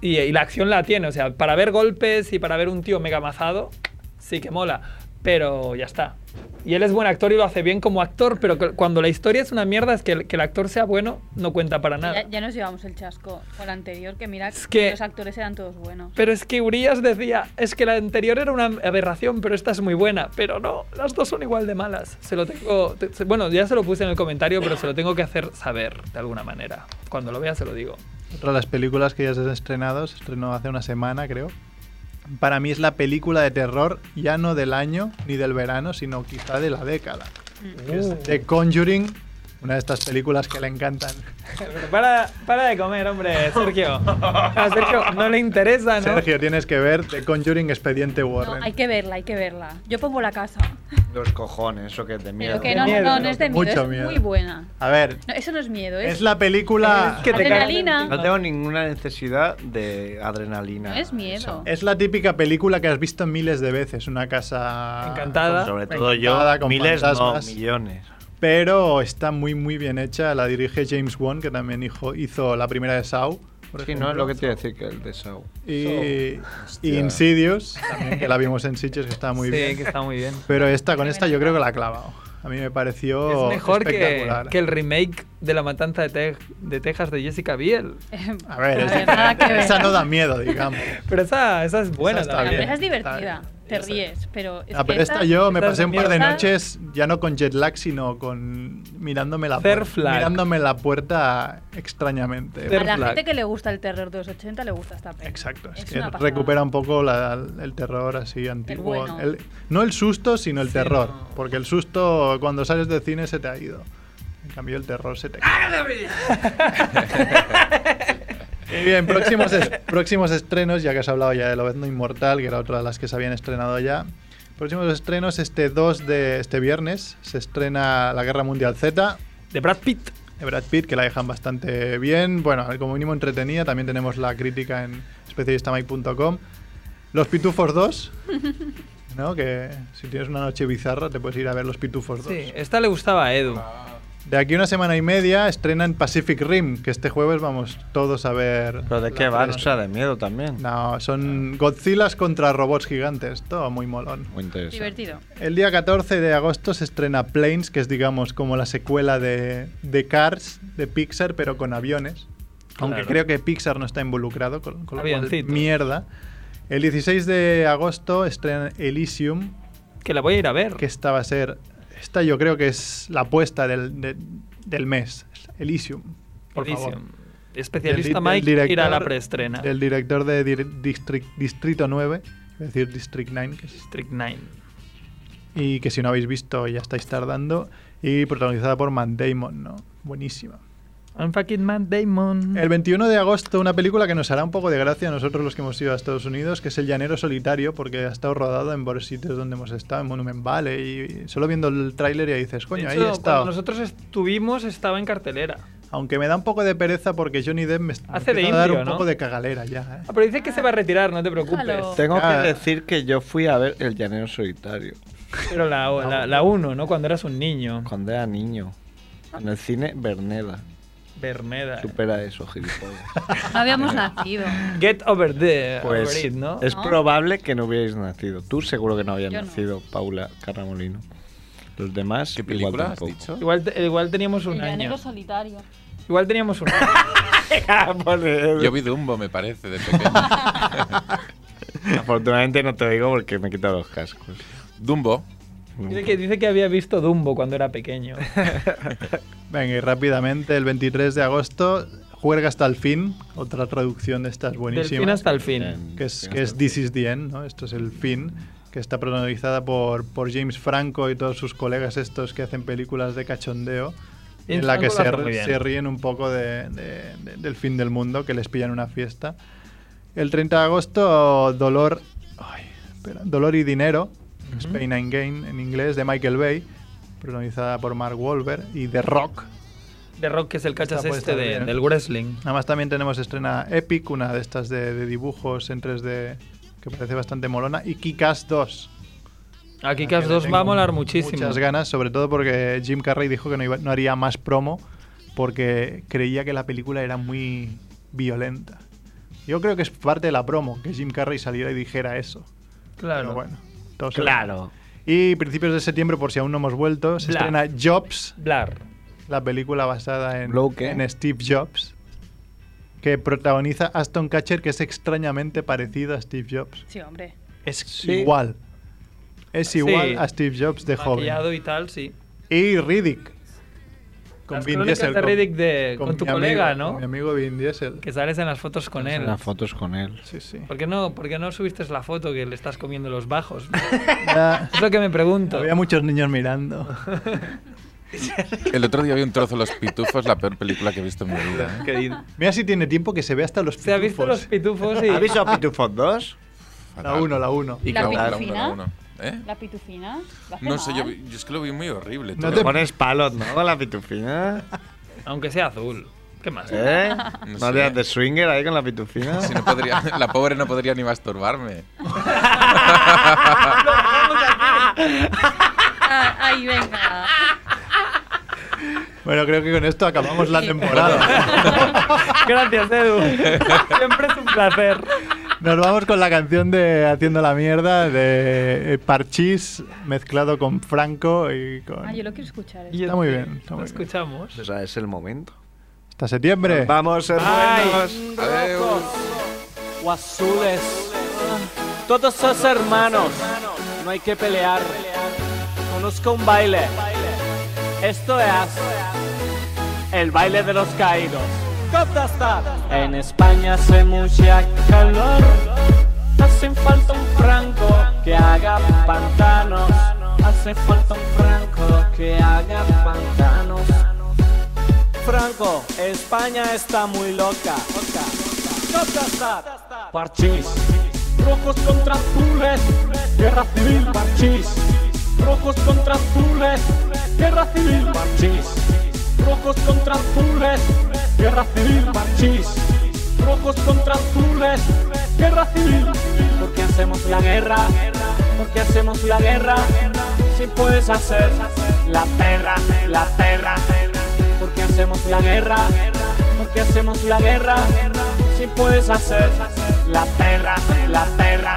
S2: Y, y la acción la tiene. O sea, para ver golpes y para ver un tío mega mazado, sí que mola. Pero ya está. Y él es buen actor y lo hace bien como actor, pero cu- cuando la historia es una mierda, es que el, que el actor sea bueno no cuenta para nada.
S3: Ya, ya nos llevamos el chasco con la anterior, que mira
S2: Es que-
S3: que los actores eran todos buenos.
S2: Pero es que Urias decía, es que la anterior era una aberración, pero esta es muy buena. Pero no, las dos son igual de malas. Se lo tengo... te- se- bueno, ya se lo puse en el comentario, pero se lo tengo que hacer saber de alguna manera. Cuando lo vea se lo digo.
S6: Otra de las películas que ya se han estrenado, se estrenó hace una semana, creo. Para mí es la película de terror, ya no del año ni del verano, sino quizá de la década. que es The Conjuring, una de estas películas que le encantan.
S2: Pero para, para de comer, hombre, Sergio. A Sergio no le interesa, ¿no?
S6: Sergio, tienes que ver The Conjuring Expediente
S3: No,
S6: Warren.
S3: hay que verla, hay que verla. Yo pongo la casa.
S1: Los cojones, eso que es de miedo.
S3: Pero que no, no, no, no es de miedo,
S6: Mucho
S3: es
S6: miedo.
S3: muy buena.
S6: A ver,
S3: No, eso no es miedo, es, [laughs]
S6: es la película...
S2: Que te cagas
S3: Adrenalina.
S2: en-
S1: No tengo ninguna necesidad de adrenalina.
S3: no es miedo.
S6: Es la típica película que has visto miles de veces, una casa...
S2: Encantada.
S1: Sobre todo yo,
S6: Encantada, con
S1: miles, no,
S6: fantasmas.
S1: millones.
S6: Pero está muy, muy bien hecha. La dirige James Wan, que también hijo- hizo la primera de Saw. por
S1: Sí, no
S6: ejemplo.
S1: es lo que te iba a decir que el de Saw.
S6: Y, y Insidious, también, que la vimos en Sitges, que estaba muy
S2: sí,
S6: bien.
S2: que está muy
S6: [laughs]
S2: bien.
S6: Pero esta, con esta yo creo que la ha clavado. A mí me pareció
S2: Es mejor que,
S6: espectacular.
S2: que el remake de La Matanza de, Tej- de Texas de Jessica Biel.
S6: A ver, es
S3: nada que
S6: diferente.
S3: ver.
S6: esa no da miedo, digamos.
S2: Pero esa, esa es buena
S6: está
S2: también.
S6: bien.
S3: Esa es divertida.
S6: Está
S3: te ríes, pero. es
S6: Ah,
S3: que
S6: pero esta yo me
S2: esta es
S6: pasé un par de
S3: mierda.
S6: noches ya no con jet lag, sino con mirándome la,
S2: Fair
S6: puer-
S2: flag.
S6: mirándome la puerta extrañamente.
S2: Fair
S3: A la
S2: flag.
S3: gente que le gusta el terror de los 80 le gusta esta peli.
S6: Exacto,
S3: Es
S6: es, que
S3: una pasada.
S6: recupera un poco la- el terror así antiguo.
S3: bueno.
S6: El- no el susto, sino el
S2: Sí,
S6: terror.
S2: no.
S6: Porque el susto cuando sales de cine se te ha ido. En cambio el terror se te... [laughs]
S2: [laughs]
S6: Muy bien, próximos, es- próximos estrenos, ya que has hablado ya de Lobezno Inmortal, que era otra de las que se habían estrenado ya. Próximos estrenos, este 2 de este viernes se estrena La Guerra Mundial Z,
S2: De Brad Pitt.
S6: de Brad Pitt, que la dejan bastante bien. Bueno, como mínimo entretenida. También tenemos la crítica en especialistamike.com. Los Pitufos 2, ¿no? Que si tienes una noche bizarra te puedes ir a ver Los Pitufos 2.
S2: Sí, esta le gustaba a Edu.
S6: De aquí a una semana y media estrenan Pacific Rim, que este jueves vamos todos a ver.
S1: ¿Pero de
S6: la
S1: qué va?
S6: estreno.
S1: O sea, de miedo también.
S6: No, son Godzillas contra robots gigantes. Todo muy molón.
S1: Muy interesante.
S3: Divertido.
S6: El día 14 de agosto se estrena Planes, que es digamos como la secuela de, de Cars, de Pixar, pero con aviones. Aunque
S2: Claro.
S6: creo que Pixar no está involucrado, con, con lo cual,
S2: Avioncitos.
S6: mierda. El 16 de agosto estrena Elysium,
S2: Que la voy a ir a ver.
S6: que esta va a ser... Esta yo creo que es la apuesta del, de- del mes. Elysium, por favor.
S2: Buenísimo. Especialista
S6: Del di-
S2: Mike
S6: del director-
S2: irá a la preestrena.
S6: Del director de Dir- District, Distrito 9, es decir, District 9, que es
S2: District 9.
S6: y que si no habéis visto ya estáis tardando y protagonizada por Matt Damon, ¿no? Buenísima.
S2: I'm fucking Matt Damon.
S6: El 21 de agosto una película que nos hará un poco de gracia a nosotros los que hemos ido a Estados Unidos, que es El llanero solitario porque ha estado rodado en varios sitios donde hemos estado, en Monument Valley y solo viendo el tráiler ya dices,
S2: De
S6: coño, ahí
S2: hecho,
S6: he
S2: cuando
S6: estado.
S2: nosotros estuvimos estaba en cartelera.
S6: Aunque me da un poco de pereza porque Johnny Depp me está
S2: Hace de
S6: a dar
S2: indio,
S6: un
S2: ¿no?
S6: poco de cagalera ya. ¿eh?
S2: Ah, pero dice que se va a retirar, no te preocupes.
S3: Déjalo.
S1: Tengo
S6: Ah.
S1: que decir que yo fui a ver El Llanero Solitario
S2: Pero la 1, la, la uno, ¿no? Cuando eras un niño.
S1: cuando era niño. En el cine Berneda.
S2: Berneda.
S1: Supera eso,
S3: [laughs]
S1: gilipollas.
S3: No
S6: [laughs]
S3: habíamos nacido.
S2: Get over there.
S1: Pues
S2: over it, ¿no?
S1: es
S3: No.
S1: probable que no hubierais nacido. Tú seguro que no habías
S3: Yo no.
S1: nacido, Paula Carramolino. Los demás,
S5: ¿Qué
S1: igual
S5: película has
S1: tampoco.
S5: dicho?
S2: Igual, te- igual teníamos
S3: El
S2: un
S3: llanero
S2: año.
S3: solitario.
S2: Igual teníamos un año.
S1: eh,
S5: Yo vi Dumbo, me parece,
S3: [laughs]
S5: de pequeño.
S1: Afortunadamente no te digo porque me he quitado los cascos.
S5: Dumbo.
S2: Dice que, dice que había visto Dumbo cuando era
S6: [laughs]
S2: pequeño.
S6: Venga, y rápidamente el 23 de agosto Juerga hasta el fin, otra traducción de estas
S2: Del
S6: buenísimas.
S2: fin hasta el fin.
S4: Mm,
S1: Bien,
S6: que es,
S1: bien.
S6: que es This is the End, ¿no? Esto es el fin, que está protagonizada por, por James Franco y todos sus colegas estos que hacen películas de cachondeo,
S2: James
S6: en la que
S2: Franco
S6: se,
S2: lo hace muy bien.
S6: se ríen un poco de- de- de- del fin del mundo, que les pillan una fiesta. El 30 de agosto, Dolor, ay, espera, Dolor y Dinero, Spain and Gain en inglés, de Michael Bay, protagonizada por Mark Wahlberg, y The Rock,
S2: De Rock, que es el cachas
S6: Esta puede
S2: este
S6: estar
S2: de-
S6: bien. ¿eh?
S2: del wrestling.
S6: Además también tenemos estrena Epic, una de estas de, de dibujos en 3D que parece bastante molona, y Kikas 2.
S2: Aquí
S6: Ah, que
S2: Cas 2 va a molar muchísimo.
S6: Muchas ganas, sobre todo porque Jim Carrey dijo que no, iba- no haría más promo porque creía que la película era muy violenta. Yo creo que es parte de la promo, que Jim Carrey saliera y dijera eso. Pero
S2: Claro.
S6: bueno, todo se
S1: Claro.
S6: verá. Y principios de septiembre, por si aún no hemos vuelto, se
S2: Bla.
S6: estrena Jobs,
S2: Blar.
S6: la película basada en,
S1: ¿Blow qué?
S6: en Steve Jobs, que protagoniza Aston Catcher, que es extrañamente parecido a Steve Jobs.
S3: Sí, hombre.
S6: Es
S1: Sí.
S6: igual. Es
S2: Sí.
S6: igual a Steve Jobs de joven.
S2: Maquillado y tal, sí.
S6: Y Riddick.
S2: Las crónicas de Riddick de- con tu
S6: mi
S2: colega,
S6: amigo-
S2: ¿no?
S6: con Mi amigo Vin Diesel.
S2: Que sales en las fotos con él.
S1: Las fotos con él.
S6: Sí, sí.
S2: ¿Por qué, no, ¿Por qué no subiste la foto que le estás comiendo los bajos? [laughs]
S6: Ya-
S2: es lo que me pregunto.
S6: había muchos niños mirando.
S2: [laughs]
S5: El otro día vi un trozo de Los Pitufos, la peor película que he visto en mi vida. ¿eh?
S6: Mira si tiene tiempo que se ve hasta los pitufos.
S2: Se ha visto los pitufos y...
S1: ¿Has visto Pitufos 2?
S5: Fatal.
S6: La uno, la uno.
S5: Y
S3: ¿La
S5: que- uno,
S3: pitufina?
S5: uno, uno. ¿Eh?
S3: La pitufina. ¿Lo hace
S5: No sé, yo,
S3: mal?
S5: vi- yo es que lo vi muy horrible.
S6: No
S5: todo.
S1: Te pones palos, ¿no? Con la pitufina.
S2: Aunque sea azul. ¿Qué más?
S1: ¿Eh?
S5: No
S1: ¿No
S5: sé.
S1: harías de swinger ahí con la pitufina?
S5: Si no podría- la pobre no podría ni masturbarme.
S3: Ah, Ay, venga.
S6: Bueno, creo que con esto
S2: [laughs]
S6: acabamos la temporada.
S1: [laughs]
S2: Gracias, Edu. Siempre es un placer.
S6: Nos vamos con la canción de Haciendo la Mierda de eh, Parchís mezclado con Franco y con...
S3: Ah, yo lo quiero escuchar. esto.
S6: Está muy bien, está
S2: Lo
S6: muy bien.
S2: escuchamos.
S1: O sea, es el momento.
S6: Hasta septiembre.
S1: Vamos, hermanos.
S5: Adiós.
S9: o azules Todos sos hermanos, no hay que pelear. Conozco un baile, esto es el baile de los caídos. ¿Cómo está? En España hace mucha calor, hace falta un franco que haga pantanos. Hace falta un franco que haga pantanos. Franco, España está muy loca. ¿Cómo está? Parchís. Rojos contra azules, guerra civil, parchís. Rojos contra azules, guerra civil, parchís. Rojos contra azules, guerra civil, parchís. Rojos contra azules, guerra civil. ¿Por qué hacemos la guerra? ¿Por qué hacemos la guerra? Si puedes hacer la perra, la perra. ¿Por qué hacemos la guerra? ¿Por qué hacemos la guerra? Si puedes hacer la perra, la perra.